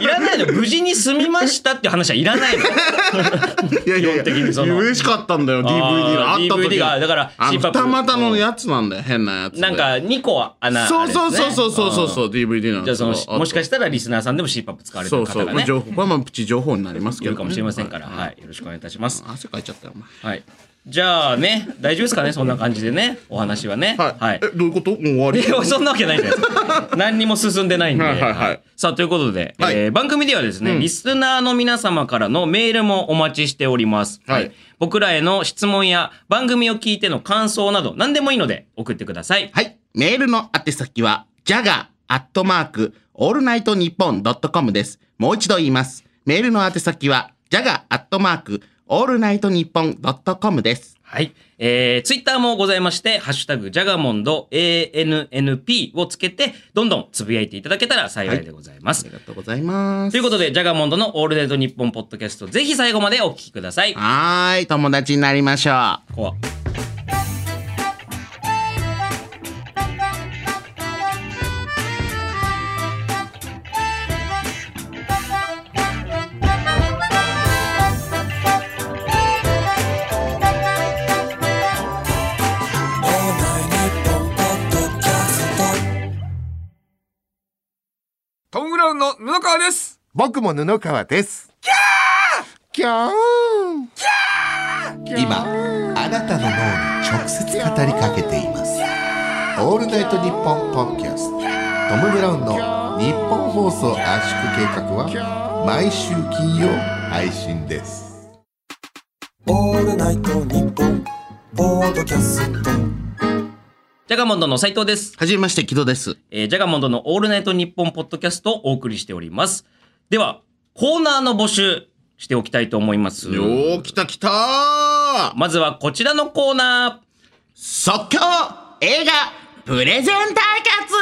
S2: いらないの無事に済みましたっていう話はいら ないの
S1: いやいやいや、
S2: 基本的にその
S1: 嬉しかったんだよ、DVD があ
S2: あ
S1: っ
S2: ー
S1: た時
S2: DVD がだから
S1: あの
S2: CPAP
S1: 二股のやつなんだよ、変なやつで。
S2: なんか2個穴
S1: そうそうそうそうそうそう
S2: う
S1: そう、DVD なん
S2: じゃあそのもしか
S1: し
S2: したらリスナーさんでも CPAP 使われて
S1: そ
S2: る
S1: うそ
S2: 方が
S1: う、
S2: ね
S1: 情報、まあまあ、プチ情報になります
S2: い
S1: けど
S2: る
S1: ね。
S2: かもしれませんから、はい、よろしくお願いいたします。
S1: 汗かいちゃったよ、お前。
S2: はい。じゃあね、大丈夫ですかね、そんな感じでね、お話はね。
S1: はい。え、どういうこともう終わり
S2: いや そんなわけないじゃないです か。何にも進んでないんで。
S1: はいはいはい
S2: さあ、ということで、
S1: はい
S2: えー番組ではですね、リスナーの皆様からのメールもお待ちしております。
S1: はい
S2: 僕らへの質問や番組を聞いての感想など、何でもいいので送ってください。
S1: はい。メールの宛先は、ジャガーアットマーク、オールナイトニッポンドットコムです。もう一度言います。メールの宛先は、ジャガーアットマーク、オールナイトニッポンドットコムです。
S2: はい。えー、ツイッターもございまして、ハッシュタグ、ジャガモンド ANNP をつけて、どんどんつぶやいていただけたら幸いでございます。
S1: ありがとうございます
S2: という。ことで、ジャガモンドのオールデイトニッポンポッドキャスト、ぜひ最後までお聞きください。こ
S1: はーい、友達になりましょう。
S2: こは
S3: トム・ブラウンの布川です
S4: 僕も布川です。キャー
S5: 今あなたの脳に直接語りかけています「オールナイトニッポン」ポッドキャストトム・ブラウンの日本放送圧縮計画は毎週金曜配信です
S6: オールナイトニッポンポッドキャスト
S2: ジャガモンドの斉藤です。
S1: はじめまして、木戸です。
S2: えー、ジャガモンドのオールナイトニッポンポッドキャストをお送りしております。では、コーナーの募集しておきたいと思います。
S1: よー、来た来たー
S2: まずはこちらのコーナー。
S1: 即興映画プレゼン対決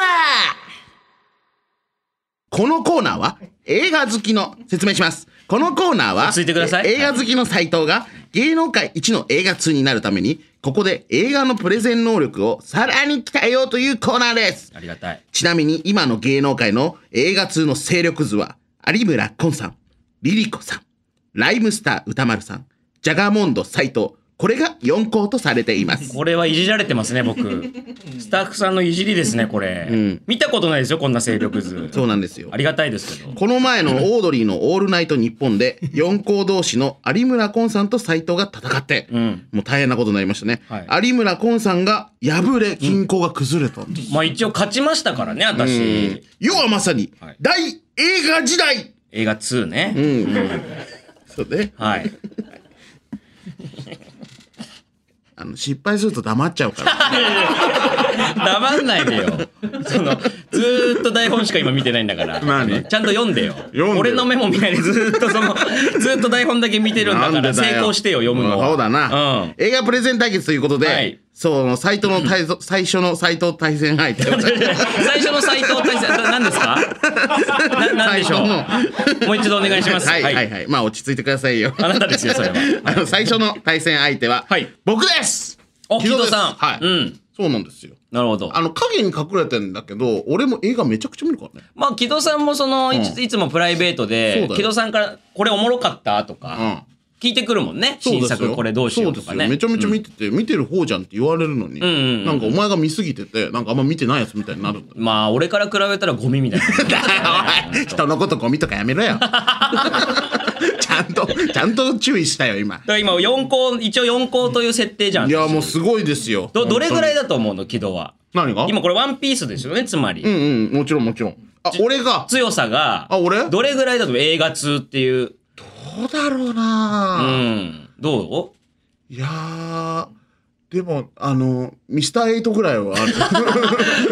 S1: このコーナーは映画好きの説明します。このコーナーは
S2: 落ち着いてください
S1: え映画好きの斉藤が芸能界一の映画通になるためにここで映画のプレゼン能力をさらに鍛えようというコーナーです。
S2: ありがたい。
S1: ちなみに今の芸能界の映画通の勢力図は、有村昆さん、リリコさん、ライムスター歌丸さん、ジャガーモンド斎藤、これが4校とされています。
S2: これはいじられてますね、僕。スタッフさんのいじりですね、これ。見たことないですよ、こんな勢力図。
S1: そうなんですよ
S2: あ。りがたいですけど。
S1: この前のオードリーの「オールナイトニッポ ン」で4校同士の有村昆さんと斎藤が戦って、
S2: ん
S1: もう大変なことになりましたね、
S2: は
S1: 有村昆さんが敗れ均衡が崩れた、
S2: まあ一応勝ちましたからね、私。
S1: 要はまさに
S2: はい
S1: 大映画時代、
S2: 映画2ね。
S1: そうね
S2: はい。
S1: あの失敗すると黙っちゃうから
S2: 黙んないでよ。その、ずーっと台本しか今見てないんだから。
S1: まあね
S2: ちゃんと読んでよ。
S1: でよ
S2: 俺の目も見ないでずーっとそ の、ずーっと台本だけ見てるんだ
S1: な
S2: か
S1: んで
S2: ら、
S1: だよ
S2: 成功してよ、読むの
S1: ま
S2: は。
S1: あそうだな、
S2: うん。
S1: 映画プレゼン対決ということで、
S2: はい
S1: その斎藤の 対ぞ最初の斎藤対戦相手
S2: 最初の斎藤大戦、な何ですかな何でしょ
S1: 最初
S2: うもう一度お願いします。
S1: はいはいはい、まあ落ち着いてくださいよ
S2: あなたですよ、それは。
S1: あの最初の対戦相手は、
S2: はい
S1: 僕です
S2: お、木
S1: 木戸
S2: 戸
S1: です
S2: さん。
S1: はい
S2: うん。
S1: そうなんですよ
S2: なるほど。
S1: あの影に隠れてんだけど俺も映画めちゃくちゃ見るからね
S2: まあ、木戸さんもその、い
S1: うん
S2: ついつもプライベートで
S1: そうだよ、
S2: 木戸さんから、これおもろかったとか、
S1: うん
S2: 聞いてくるもんね。
S1: そう
S2: 新
S1: ですよ
S2: 作これどうしようとかね。
S1: そですよめちゃめちゃ見てて、見てる方じゃんって言われるのに、
S2: んうん
S1: なんかお前が見すぎててなんかあんま見てないやつみたいになるん だ
S2: まあ、俺から比べたらゴミみ たいな。
S1: おい人のことゴミとかやめろよ ちゃんとちゃんと注意したよ今
S2: だから今四校一応4校という設定じゃん
S1: いやもうすごいですよ
S2: どどれぐらい
S1: だ
S2: だと思うの軌道は
S1: 何が
S2: 今これワンピースですよねつまり、
S1: うんうんもちろんもちろんあ俺が
S2: 強さが
S1: あ俺
S2: どれぐらいだと映画通っていう
S1: どうだろう
S2: う
S1: な、
S2: んどう
S1: いやーでもあのミスターエイトぐらいはある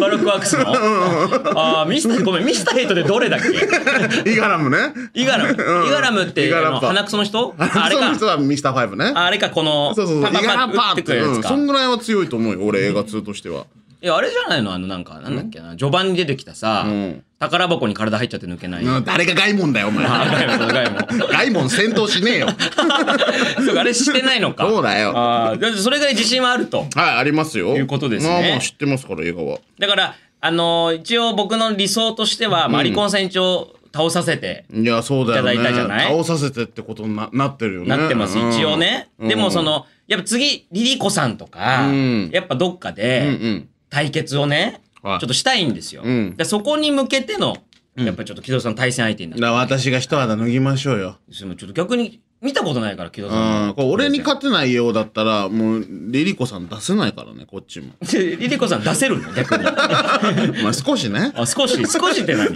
S2: バルクワークスのあーミスターごめんミスターエイトでどれだっけ
S1: イガラムね
S2: イガラム、イガラムって
S1: イガ
S2: あ
S1: ラム
S2: の
S1: パ
S2: 鼻くその人あ
S1: あ
S2: れ
S1: れかその人
S2: か
S1: はミスターファイブね
S2: あれかこの
S1: そうそうそう。
S2: パ
S1: イガ
S2: パ
S1: ラパ
S2: パ
S1: ー
S2: っ
S1: ってて
S2: くるやつか、
S1: そんぐらいは強いと思うよ、俺映画通としては。
S2: いやあれじゃないのあのなんかなんだっけな序盤に出てきたさ、
S1: うん
S2: 宝箱に体入っちゃって抜けない、
S1: うん誰がガイモンだよ、お前。
S2: あガイモンガイモン
S1: ガイモン戦闘しねえよ。
S2: そうかあれしてないのか。
S1: そうだよ
S2: あーだそれぐらい自信はあると。
S1: はい、ありますよ。
S2: いうことですね
S1: まあまあ知ってますから、映画は。
S2: だから、あのー一応僕の理想としては、マリコンさん一応倒させて、
S1: いや、そうだよね。
S2: いただいたじゃない
S1: 倒させてってことにななってるよね。
S2: なってます、
S1: うん
S2: 一応ね。
S1: うん
S2: でもその、やっぱ次、リリコさんとか、
S1: うん
S2: やっぱどっか
S1: うんう
S2: で、
S1: ん。
S2: 対決をね、
S1: はい
S2: ちょっとしたいんですよ。
S1: うん
S2: でそこに向けての、やっぱちょっと木戸さん対戦相手にな
S1: だ
S2: っ
S1: か
S2: て
S1: ら私が一肌脱ぎましょうよ。
S2: そのちょっと逆に、見たことないから、木戸さんの。
S1: うん、これ俺に勝てないようだったら、もう、リリコさん出せないからね、こっちも。
S2: で リリコさん出せるの逆に。
S1: まあ少しね。
S2: あ、少し、少しって何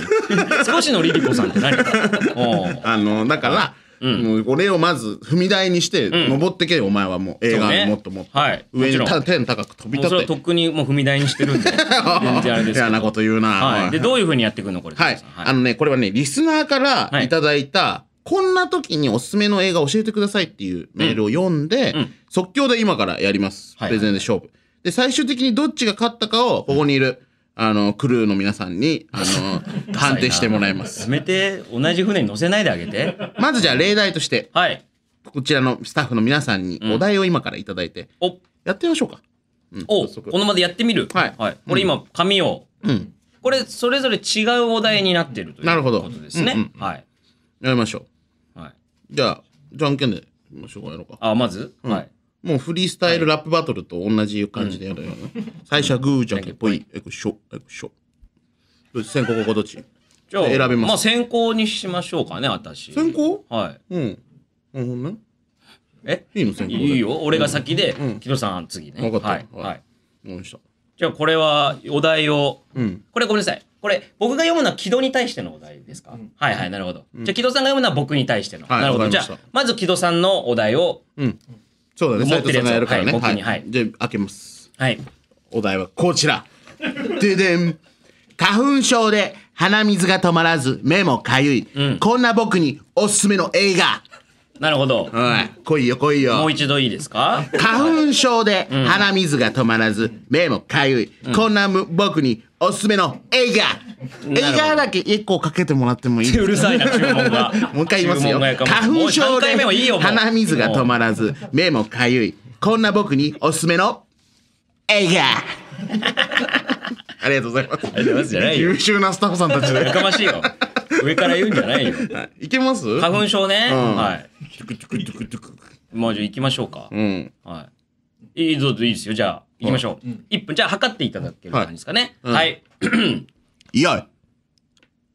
S2: 少しのリリコさんって何 おう
S1: あの、だから、
S2: うん
S1: もう俺をまず踏み台にして、
S2: ん
S1: 登ってけよ、お前はもう。映画
S2: そうね
S1: にもっともっと。
S2: はいも
S1: 上
S2: ち
S1: に
S2: ろん
S1: た天高く飛び
S2: もうそ
S1: 立
S2: れ
S1: っ
S2: は
S1: て。
S2: とっくにもう踏み台にして るんで全然あれですけど
S1: 嫌なこと言うな。
S2: は
S1: お
S2: い、でどういうふうにやっていくのこれ
S1: はい、
S2: 藤田さん
S1: あのね、これはね、リスナーからいただいた、こんな時におすすめの映画教えてくださいっていうメールを読んで、
S2: うん
S1: 即興で今からやります。
S2: はい
S1: プレゼンで勝負。で、最終的にどっちが勝ったかを、ここにいる、あの、クルーの皆さんに、あ の、判定してもらいま
S2: や
S1: す。
S2: めて同じ船に乗せないであげて
S1: まずじゃあ例題として、
S2: はい
S1: こちらのスタッフの皆さんにお題を今からいただいて、
S2: お
S1: やってみましょうか。うん
S2: お
S1: 早速
S2: この場でやってみる
S1: はい
S2: 俺今紙を、
S1: ん
S2: これそれぞれ違うお題になってるという
S1: なるほど
S2: ことですね、
S1: うん
S2: はい、
S1: やりましょう。
S2: はい、
S1: じゃあ、じゃんけんで、もうしょうがやろうか。
S2: あまず、はい
S1: もうフリースタイルラップバトルと同じ感じでやるよ、ね最初はグーじゃんけんぽい。え、こしょ、え、こしょ。どっち先攻ここどっち
S2: じゃあ
S1: 選べます
S2: あ先行にしましょうかね私
S1: 先行
S2: はい
S1: うん。うん、ほんね。
S2: え
S1: いいの先行で
S2: いいよ俺が先で、
S1: ん
S2: 木戸さん次ね
S1: わかった
S2: はい、
S1: はい
S2: はい
S1: どうした
S2: じゃあこれはお題を、
S1: うん
S2: これごめんなさいこれ僕が読むのは木戸に対してのお題ですか、はいはいなるほど、じゃあ木戸さんが読むのは僕に対しての、
S1: はい
S2: なるほど
S1: わ
S2: じ
S1: かり
S2: ゃ
S1: ました
S2: あまず木戸さんのお題を
S1: そうだね、
S2: 持っ
S1: 斉
S2: て
S1: 藤
S2: る
S1: さ
S2: やつ
S1: んがやるからね。
S2: はい僕にはい
S1: じゃあ、開けます。
S2: はい
S1: お題はこちら。ででん。花粉症で鼻水が止まらず、目もかゆい。
S2: うん
S1: こんな僕におすすめの映画。
S2: なるほど
S1: おい、来いよ来いよ。
S2: もう一度いいですか
S1: 花粉症で鼻水が止まらず、目もかゆい、こんなむ僕におすすめの映画
S2: なるほど
S1: 映画だけ一個かけてもらってもいいう
S2: るさいな注文が
S1: もう一回言います
S2: 注
S1: よ
S2: 文がやかましい
S1: 花粉
S2: もう
S1: 症
S2: 三回
S1: で
S2: 目はいいよもう
S1: 鼻水が止
S2: も
S1: まらず目もかゆいこんな僕におすすめの映画ありがとうございます
S2: うありがとうございますじゃないよ
S1: 優秀なスタッフさんた ち
S2: や
S1: で
S2: かましいよ上から言うんじゃないよ
S1: いけます
S2: 花粉症ね、
S1: ん
S2: はいもうじゃあ行きましょうか、
S1: うん
S2: はい。いいぞ、いいですよ。じゃあ、行きましょう。一1分、じゃあ、測っていただける感じですかね。はい。
S1: ん
S2: はい。
S1: いよい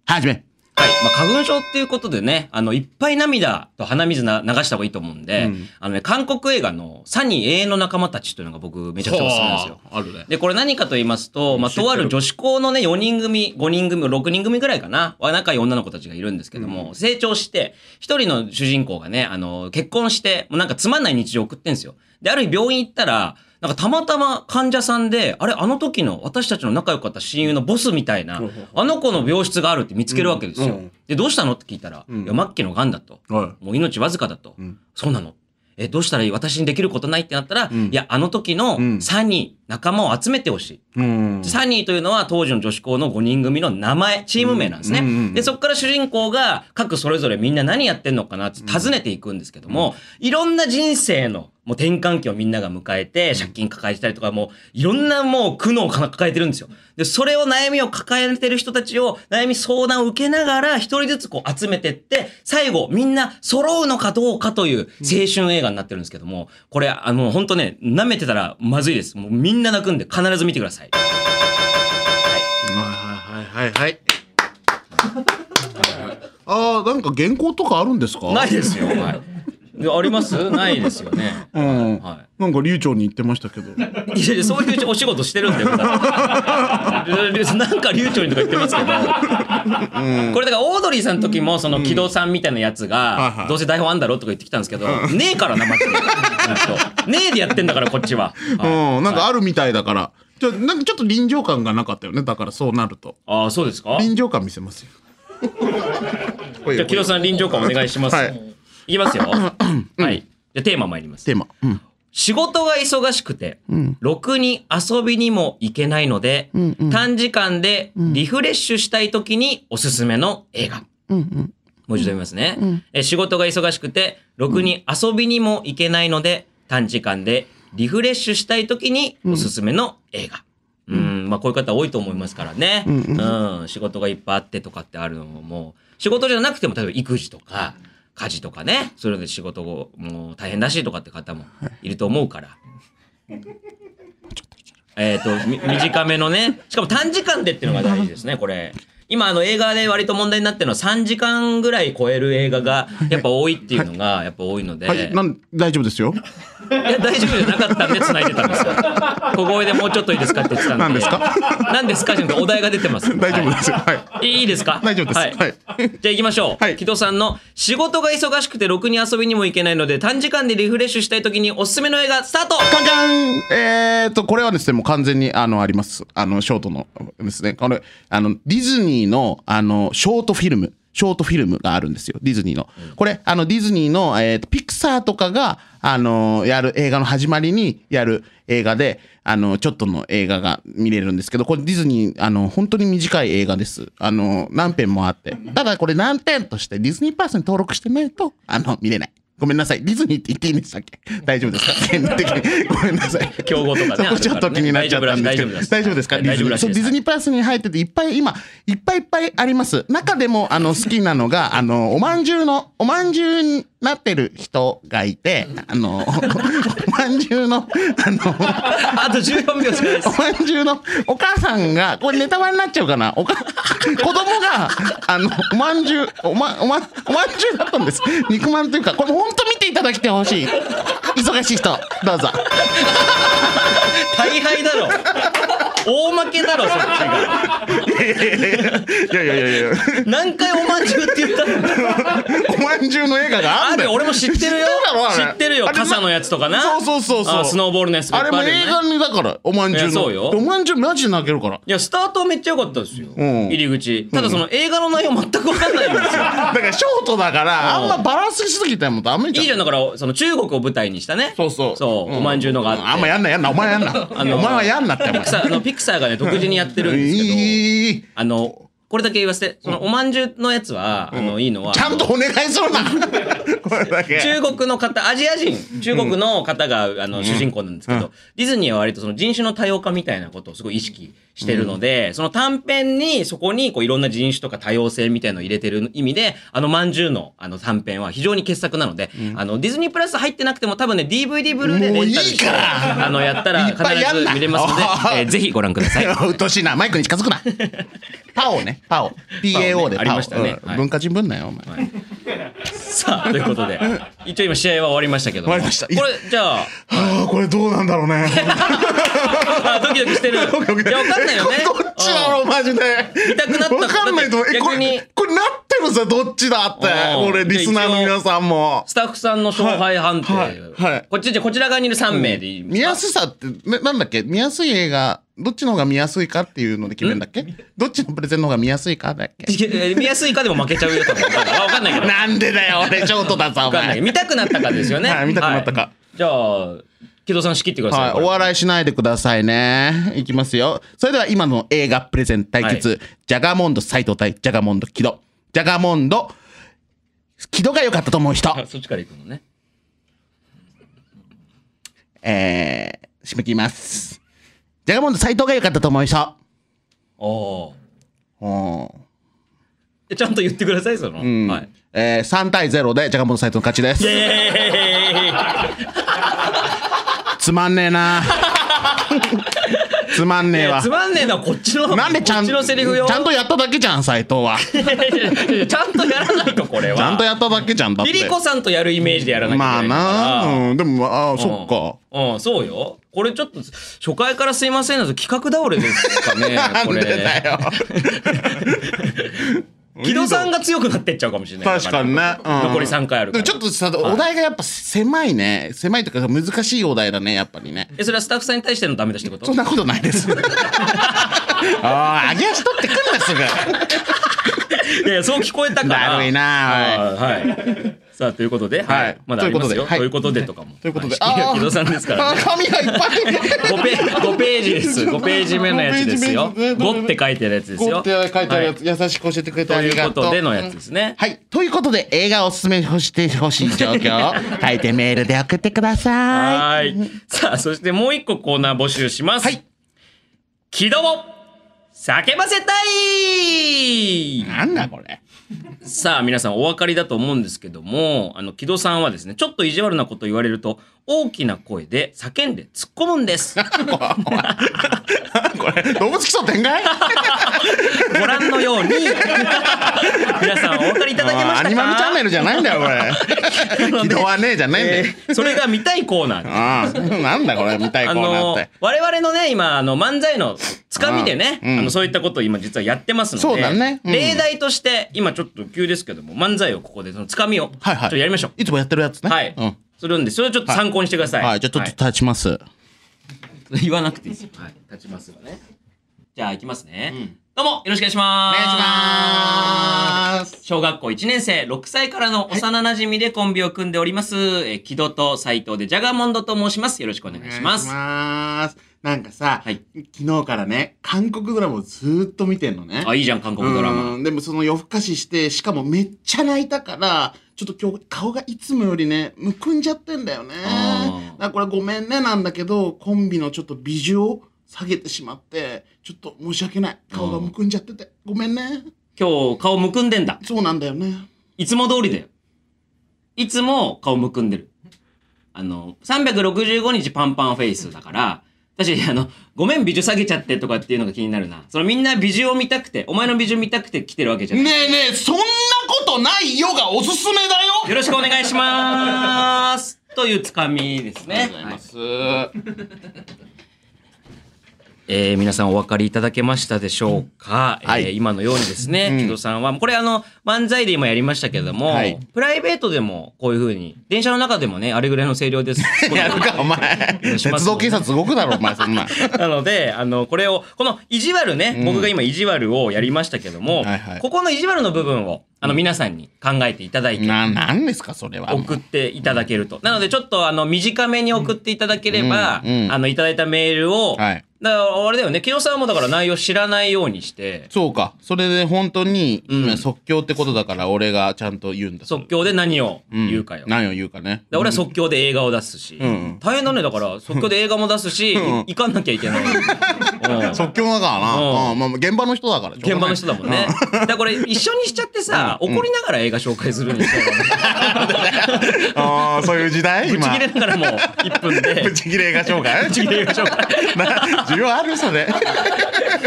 S1: はじめ
S2: まあ、花粉症っていうことでね、あの、いっぱい涙と鼻水な流した方がいいと思うんで、あのね、韓国映画のサニー永遠の仲間たちというのが僕、めちゃくちゃおすすめなんですよ。
S1: はああるね
S2: で、これ何かと言いますと、まあ、とある女子校のね、4人組、5人組、6人組ぐらいかな、は仲良い女の子たちがいるんですけども、成長して、一人の主人公がね、あの、結婚して、もうなんかつまんない日常を送ってんですよ。で、ある日病院行ったら、なんかたまたま患者さんで、あれ、あの時の私たちの仲良かった親友のボスみたいな、あの子の病室があるって見つけるわけですよ。で、どうしたのって聞いたら、いや、末期の癌だと。
S1: は
S2: もう命わずかだと。そうなの。え、どうしたらいい私にできることないってなったら、いや、あの時のサニー、仲間を集めてほしい。
S1: うん
S2: サニーというのは当時の女子校の5人組の名前、チーム名なんですね。
S1: うんうんうん
S2: で、そこから主人公が各それぞれみんな何やってんのかなって尋ねていくんですけども、いろんな人生のもう転換期をみんなが迎えて、借金抱えてたりとか、もういろんなもう苦悩を抱えてるんですよ。で、それを悩みを抱えてる人たちを悩み相談を受けながら一人ずつこう集めてって、最後みんな揃うのかどうかという青春映画になってるんですけども、これあの本当ね、舐めてたらまずいです。もうみんな泣くんで必ず見てください。
S1: はいはいはいはい。 ああ、なんか原稿とかあるんですか。
S2: ないですよ。はい。でありますないですよね。
S1: うん、
S2: は
S1: なんか流暢に言ってましたけど。
S2: いやいや、そういうお仕事してるんだよ、 普段でなんか流暢にとか言ってますけど、これだからオードリーさんの時も、その木戸さんみたいなやつ
S1: いは
S2: が
S1: い、
S2: どうせ台本あんだろとか言ってきたんですけど、ねえからな、マジで。ほんとねえでやってんだから、こっちは。はい
S1: うん、なんかあるみたいだから。じゃ、なんかちょっと臨場感がなかったよね。だからそうなると。
S2: ああ、そうですか
S1: 臨場感見せ ますよ。
S2: じゃあ、木戸さん臨場感お願いします。、
S1: はい
S2: きますよ。はい。じゃあ、テーマ参ります。
S1: テーマ。うん。
S2: 仕事が忙しくて、ろくに遊びにも行けないので、短時間でリフレッシュしたい時におすすめの映画。もう一度言いますね、え。仕事が忙しくて、ろくに遊びにも行けないので、短時間でリフレッシュしたい時におすすめの映画。うん、まあこういう方多いと思いますからね。うん、仕事がいっぱいあってとかってあるのも、もう仕事じゃなくても、例えば育児とか、家事とかね、それで仕事をもう大変だしとかって方もいると思うから。えっ、と、み短めのね。しかも短時間でっていうのが大事ですね、これ。今、あの、映画で割と問題になってるのは3時間ぐらい超える映画が、やっぱ多いっていうのが、やっぱ多いので。
S1: はい、なん、大丈夫ですよ。
S2: いや、大丈夫じゃなかったんで繋いでたんですよ。小声でもうちょっといいですかって言ってたんで。
S1: 何ですか
S2: 何ですかじゃなくてお題が出てます。
S1: 大丈夫ですよ。
S2: は
S1: はいい。
S2: いいいですか
S1: 大丈夫です
S2: はい。
S1: はい
S2: じゃあ行きましょう。
S1: はい
S2: 木戸さんの仕事が忙しくてろくに遊びにも行けないので短時間でリフレッシュしたい時におすすめの映画スタート
S1: カンカンえー、と、これはですね、もう完全に、あの、あります。あの、ショートのですね。これ、あの、ディズニーの、あの、ショートフィルム。ショートフィルムがあるんですよ。ディズニーの。これ、あの、ディズニーの、えーと、ピクサーとかが、あの、やる映画の始まりにやる映画で、あの、ちょっとの映画が見れるんですけど、これディズニー、あの、本当に短い映画です。あの、何編もあって。ただこれ何点としてディズニーパースに登録してないと、あの、見れない。ごめんなさい。ディズニーって言っていいんでしたっけ大丈夫ですか権利的に。ごめんなさい。
S2: 競合とかね
S1: そ こちょっと気になっちゃったんで
S2: 大
S1: すけど。
S2: 丈夫らしい
S1: 大丈夫ですか
S2: 大丈夫らしい
S1: ディズニーそうディズニーパースに入ってて、いっぱい今、いっぱいいっぱいあります。中でも、あの、好きなのが、 あの、おまんじゅうの、おまんじゅうになってる人がいて、あの、 おまんじゅうの、あの、
S2: あと14秒しかないです
S1: お。まんじゅうのお母さんが、これネタバレになっちゃうかなおか、子供が、あの、おまんじゅう、おま、おま、おまんじゅうだったんです。肉まんというか、これ本当見ていただきてほしい。忙しい人、どうぞ。
S2: 大敗だろ。大負けだろ、そっちが。
S1: いやいやいやいや、
S2: 何回おまんじゅうって言ったの
S1: おまんじゅうの映画があ
S2: あ
S1: るん
S2: る
S1: だよ。
S2: 俺も知ってるよ
S1: だろあ
S2: 知
S1: れ
S2: ってるよ
S1: あれ
S2: 傘のやつとかな
S1: そうそうそうそう
S2: あスノーボールのやつとか
S1: あれ
S2: い
S1: も
S2: っぱいあ
S1: 映
S2: るよね
S1: 画にだから、おまんじゅう
S2: いや
S1: の。
S2: そうよ
S1: でおまんじゅうマジで泣けるから。
S2: いやスタートめっちゃ良かったですよ、
S1: ん
S2: 入り口ただその映画の内容全く分かんないんですよ
S1: だからショートだから、
S2: う
S1: あ
S2: ん
S1: んまバランスしすぎてもダメじゃ
S2: いい
S1: ん。
S2: じゃんだからその中国を舞台にしたね
S1: そうそう。
S2: そう、おまんじゅうのがあって、
S1: あんまやんなやんな、お前やんな。お
S2: の
S1: 前はやんなって、お
S2: ピ
S1: 前
S2: ク。サーあのピクサーがね独自にやってるんですけど、
S1: いい
S2: あのこれだけ言わせてそのおまんじゅうのやつは、あのいいのは
S1: ちゃんとお願いするなこれだけ。
S2: 中国の方、アジア人、中国の方が、あの、主人公なんですけど、ディズニーは割とその人種の多様化みたいなことをすごい意識してるので、その短編に、そこに、こう、いろんな人種とか多様性みたいのを入れてる意味で、あの、まんじゅうの、あの、短編は非常に傑作なので、あの、ディズニープラス入ってなくても多分ね、DVD ブルーで
S1: もう
S2: レ
S1: い
S2: ン
S1: い
S2: タルして、
S1: から
S2: あの、やったら
S1: いっ
S2: 必
S1: ぱいやんな
S2: ず見れますの で、えーぜひご覧ください。
S1: うっとうしいな。マイクに近づくな。パオね。パオ。PAO で
S2: ありましたね
S1: パオうん
S2: はい
S1: 文化人ぶんなよ、お前。
S2: さあ、ということで、一応今試合は終わりましたけども。
S1: 終わりました
S2: これ、じゃ あ、
S1: ああ、これどうなんだろうね。
S2: あドキドキ してる。いや、わかんないよね。
S1: どっちだろう、マジで。
S2: 見たくなった
S1: わかんないと思う。え、こ
S2: 逆に
S1: れ、これなってるぜ、どっちだって
S2: あー。
S1: 俺、リスナーの皆さんも。
S2: スタッフさんの勝敗判定。
S1: はいはいはい
S2: こっちじゃこちら側にいる3名でいい。
S1: 見やすさって、ねなんだっけ見やすい映画、どっちの方が見やすいかっていうので決めるんだっけどっちのプレゼンの方が見やすいかだっけ
S2: え見やすいかでも負けちゃうよとか。あわかん ないけど。わ
S1: なんでだよ、俺、ショートだぞ、お
S2: かんない。
S1: 前。
S2: 見たくなったかですよね。
S1: はい見たくなったか
S2: はいじゃあ、木戸さん仕切ってください。
S1: はい、お笑いしないでくださいね。いきますよ。それでは今の映画プレゼン対決、ジャガモンド斎藤対ジャガモンド木戸。ジャガモンド、木戸が良かったと思う人。
S2: あそっちから行くのね。
S1: えー、締め切ります。ジャガモンド斎藤が良かったと思う人。
S2: お
S1: おー
S2: お。ちゃんと言ってください、その。はい。
S1: えー、3対0でジャガモンド斎藤の勝ちです。
S2: えー
S1: つまんね えなつまんねえわ
S2: つ。まんねえな、こっちの。
S1: なんでちゃん、
S2: こっちのセリフよ。
S1: ちゃんとやっただけじゃん、斎藤は。ち
S2: ちゃんとやらないと、これは。
S1: ゃんとやっただけじゃん、だって。
S2: リリコさんとやるイメージでやらなき
S1: ま
S2: ゃい
S1: あ
S2: けないから。
S1: なうん、でも、ああ、そっか。
S2: うん、そうよ。これちょっと、初回からすいませんだと企画倒れですかね
S1: な、
S2: こ
S1: んでだ
S2: れ。
S1: よ。
S2: 木戸さんが強くなってっちゃうかもしれない。
S1: 確かにね。うん
S2: 残り3回ある
S1: で
S2: か
S1: も
S2: ら。
S1: ちょっとさ、お題がやっぱ狭いね。狭いというか難しいお題だね、やっぱりね。
S2: え、それはスタッフさんに対してのダメ出しってこと
S1: そんなことな いです。おい、揚げ足取ってくんな、 すぐ。
S2: いやいや、そう聞こえたから。
S1: だるいな
S2: あーはい。さあ、ということで、
S1: はい
S2: はい。まだありますよ。
S1: と
S2: と
S1: い
S2: いうう
S1: こ
S2: ことと
S1: で
S2: でとかも。
S1: ということで
S2: はい仕切り
S1: あー
S2: は木戸さんですから
S1: あ
S2: ね。
S1: 紙がいっぱい。
S2: 5ペ5ページです。5ページ目のやつですよ。
S1: 5ページ目
S2: 5って書いてあるやつです
S1: こうっ
S2: よ。
S1: て書いてあるや
S2: は
S1: つ、優しく教えてくれて
S2: と
S1: あり
S2: いう
S1: が
S2: こと
S1: う。
S2: とでのやつですね。
S1: はい。ということで、映画おすすめしてほしい状 況を 書いてメールで送ってくださ
S2: は
S1: い。
S2: い。 さあ、そしてもう一個コーナー募集します。
S1: はい。
S2: 起動を叫ばせたい
S1: なんだこれ。
S2: さあ皆さんお分かりだと思うんですけどもあの木戸さんはですねちょっと意地悪なこと言われると大きな声で叫んで突っ込むんです
S1: これ、動物基礎展 開
S2: ご覧の ように皆さんお分かりいただけまし
S1: ア
S2: た
S1: ニマルチャ ンネ
S2: か
S1: ルじゃないんだよ、これ。
S2: のね
S1: 軌道はねえじゃないんだよ。
S2: えーそれが見たいコーナーです
S1: ああ、なんだこれ、見たいコ
S2: あ
S1: ーナーっ
S2: の
S1: て。
S2: 我々のね今あの漫才のつかみでね
S1: うんうん
S2: あのそういったことを今実はやってますので
S1: そうだねうん
S2: 例題として今ちょっと急ですけども漫才をここでそのつかみをち
S1: はい
S2: ょ
S1: はい
S2: っとやりましょう。
S1: いつもやってるやつね。
S2: はい
S1: うん。
S2: するんでそれをちょっと参考にしてください。
S1: はい、じゃあちょっと立ちます。
S2: はい言わなくていいですよ。はい立ちますよね。じゃあ行きますね。どうもよろしくお願いします。
S1: お願いします
S2: 小学校1年生、6歳からの幼馴染でコンビを組んでおります、えー木戸と斉藤でジャガモンドと申します。よろしくお願いします。
S1: ます。なんかさ、
S2: はい
S1: 昨日からね、韓国ドラマをずーっと見てんのね。
S2: あ、いいじゃん、韓国ドラマ。
S1: うんでもその夜更かしして、しかもめっちゃ泣いたから、ちょっと今日顔がいつもよりね、むくんじゃってんだよね。
S2: あ
S1: だからこれごめんねなんだけど、コンビのちょっと美女を下げてしまって、ちょっと申し訳ない。顔がむくんじゃってて。ごめんね。
S2: 今日顔むくんでんだ。
S1: そうなんだよね。
S2: いつも通りだよ。いつも顔むくんでる。あの、365日パンパンフェイスだから、私、あの、ごめん、美女下げちゃってとかっていうのが気になるな。そのみんな美女を見たくて、お前の美女見たくて来てるわけじゃ
S1: ね
S2: ない。
S1: えねえ、そんなことないよがおすすめだよ
S2: よろしくお願いしまーすというつかみですね。
S1: す。は
S2: えー皆さんお分かりいただけましたでしょうか、
S1: はい
S2: えー今のようにですね、木戸さんはこれあの漫才で今やりましたけれども、
S1: はい
S2: プライベートでもこういうふうに電車の中でもねあれぐらいの声量です
S1: やるか、お前。鉄道警察動くだろ、お前、そんな。
S2: なのであのこれをこの意地悪ね、僕が今意地悪をやりましたけども、
S1: はいはい
S2: ここの意地悪の部分をあの皆さんに考えていただいて。
S1: な、なんですか、それは。
S2: 送っていただけると。なので、ちょっと、あの、短めに送っていただければ、
S1: うんうん
S2: あの、いただいたメールを、
S1: はい
S2: だから、あれだよね、木戸さんもだから内容知らないようにして、
S1: そうか。それで本当に、
S2: ん
S1: 今即興ってことだから、俺がちゃんと言うんだ。
S2: 即興で何を
S1: うん
S2: 言うかよ。
S1: 何を言うかね。
S2: で俺は即興で映画を出すし、
S1: ん
S2: 大変だねだから即興で映画も出すし、い行かなきゃいけ ない、うん
S1: 即興だからな。
S2: うん
S1: うんまあ、現場の人だから。
S2: 現場の人だもんね、だからこれ一緒にしちゃってさ、怒りながら映画紹介するにして
S1: ああ、そういう時 代
S2: ぶち
S1: 今
S2: 切。れながらもう1分で
S1: ぶち切れ映画紹介
S2: ぶち切れ映画紹介
S1: な需要あるそれ。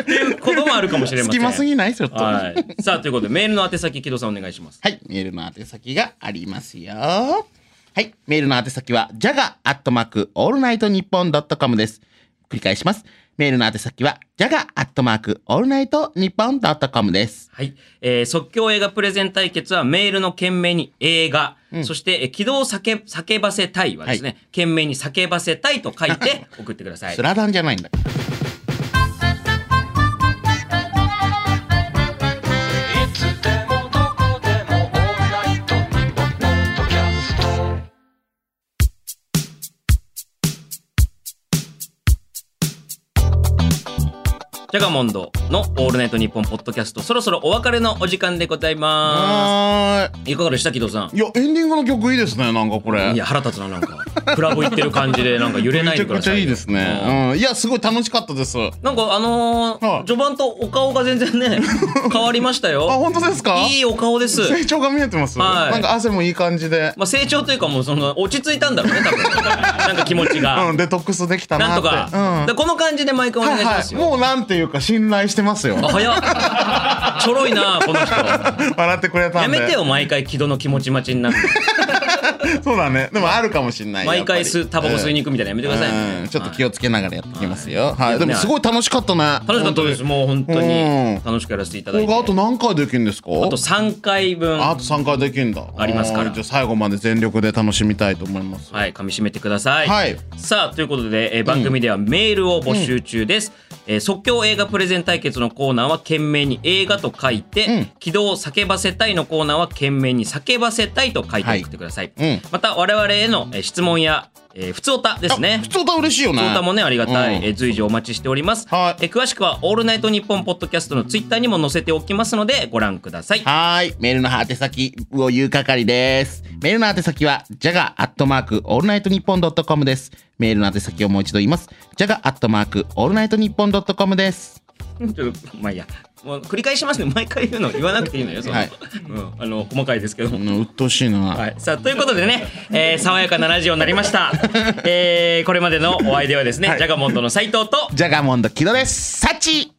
S2: っていうこともあるかもしれませ
S1: 隙
S2: ん
S1: 間すぎないちょっと。は
S2: はいさあということでメールの宛先木戸さんお願いします
S1: い。メールの宛先がありますよ。はい。メールの宛先は、じゃが、アットマーク、オールナイトニッポンドットコムです。繰り返します。メールの宛先は、じゃが、アットマーク、オールナイトニッポンドットコムです。
S2: はい、えー即興映画プレゼン対決はメールの件名に映画、そして、えー、起動叫叫ばせたいはですね、件名に叫ばせたいと書いて送ってください
S1: ス。ラダンじゃないんだ。
S2: ジャガモンドの「オールナイトニッポン」ポッドキャストそろそろお別れのお時間でございま
S1: はー
S2: すいかがでした木戸さ
S1: いいやエンディングの曲いいですねなんかこれ
S2: んいや腹立つななんかクラブ行ってる感じでなんか揺れない
S1: めち
S2: で
S1: ゃ
S2: く
S1: く
S2: だ
S1: ち
S2: さ
S1: ゃ
S2: いよ
S1: いいですね、うん、いやすごい楽しかったですあ
S2: なんかあのー
S1: はい
S2: 序盤とお顔が全然 ね変わりましたよ
S1: 本当ですか
S2: いいお顔です
S1: 成長が見えてます、
S2: はい
S1: なんか汗もいい感じで、
S2: まあ成長というかもうその落ち着いたんだろうね 多分なんか気持ちが、
S1: うん、デトックスできた
S2: なん
S1: な
S2: と
S1: って
S2: か,、
S1: うん
S2: この感じで毎回お願いしますよ、
S1: もうなんていうか信頼してますよ
S2: あ 早っちょろいなこの人
S1: 笑ってくれた
S2: や
S1: んで
S2: めてよ毎回木戸の気持ち待ちに なる
S1: そうだねでもあるかもしんない
S2: 毎回吸うタバコ吸い
S1: に
S2: に行くみたいなのやめてくださいね、
S1: ちょっと気
S2: を
S1: をつけながらやってきますよはい、
S2: はい
S1: でもすごい楽しかったね
S2: 楽しかったですもう本当
S1: うん
S2: に楽しくやらせていた
S1: こ
S2: だい
S1: れ
S2: て
S1: があ
S2: あ
S1: と
S2: と
S1: 何回できるんですかあ
S2: 3回分
S1: あと3回できるんだ
S2: ありますから
S1: あーじゃあ最後まで全力で楽しみたいと思います
S2: はい噛み締めてください、
S1: はい
S2: さあということで、えー番組ではメールを募集中です、えー即興映画プレゼン対決のコーナーは懸命に映画と書いて、
S1: うん
S2: 起動を叫ばせたいのコーナーは懸命に叫ばせたいと書いて送ってください、
S1: うん
S2: また我々へのえー質問や、えー、普通歌ですね
S1: 普通歌嬉しいよね
S2: 普通歌もねありがたい、
S1: うん
S2: えー随時お待ちしております、
S1: はい
S2: えー詳しくは「オールナイトニッポン」ポッドキャストのツイッターにも載せておきますのでご覧ください
S7: はーい。メールの宛先を言う係です。メールの宛先は、じゃが、アットマーク、オールナイトニッポンドットコムです。メールの宛先をもう一度言います。じゃが、アットマーク、オールナイトニッポンドットコムです。
S2: ちょっとまあいいやもう繰り返しますね 毎回言うの言わなくていいのよその、
S1: はい
S2: うん、あの細かいですけども
S1: うん鬱陶しいな、
S2: はい、さあということでね、えー爽やかなラジオになりま した、えーこれまでのお相手はですね、ジャガモンドの斉藤と
S7: じゃがモンド、木戸です。サチ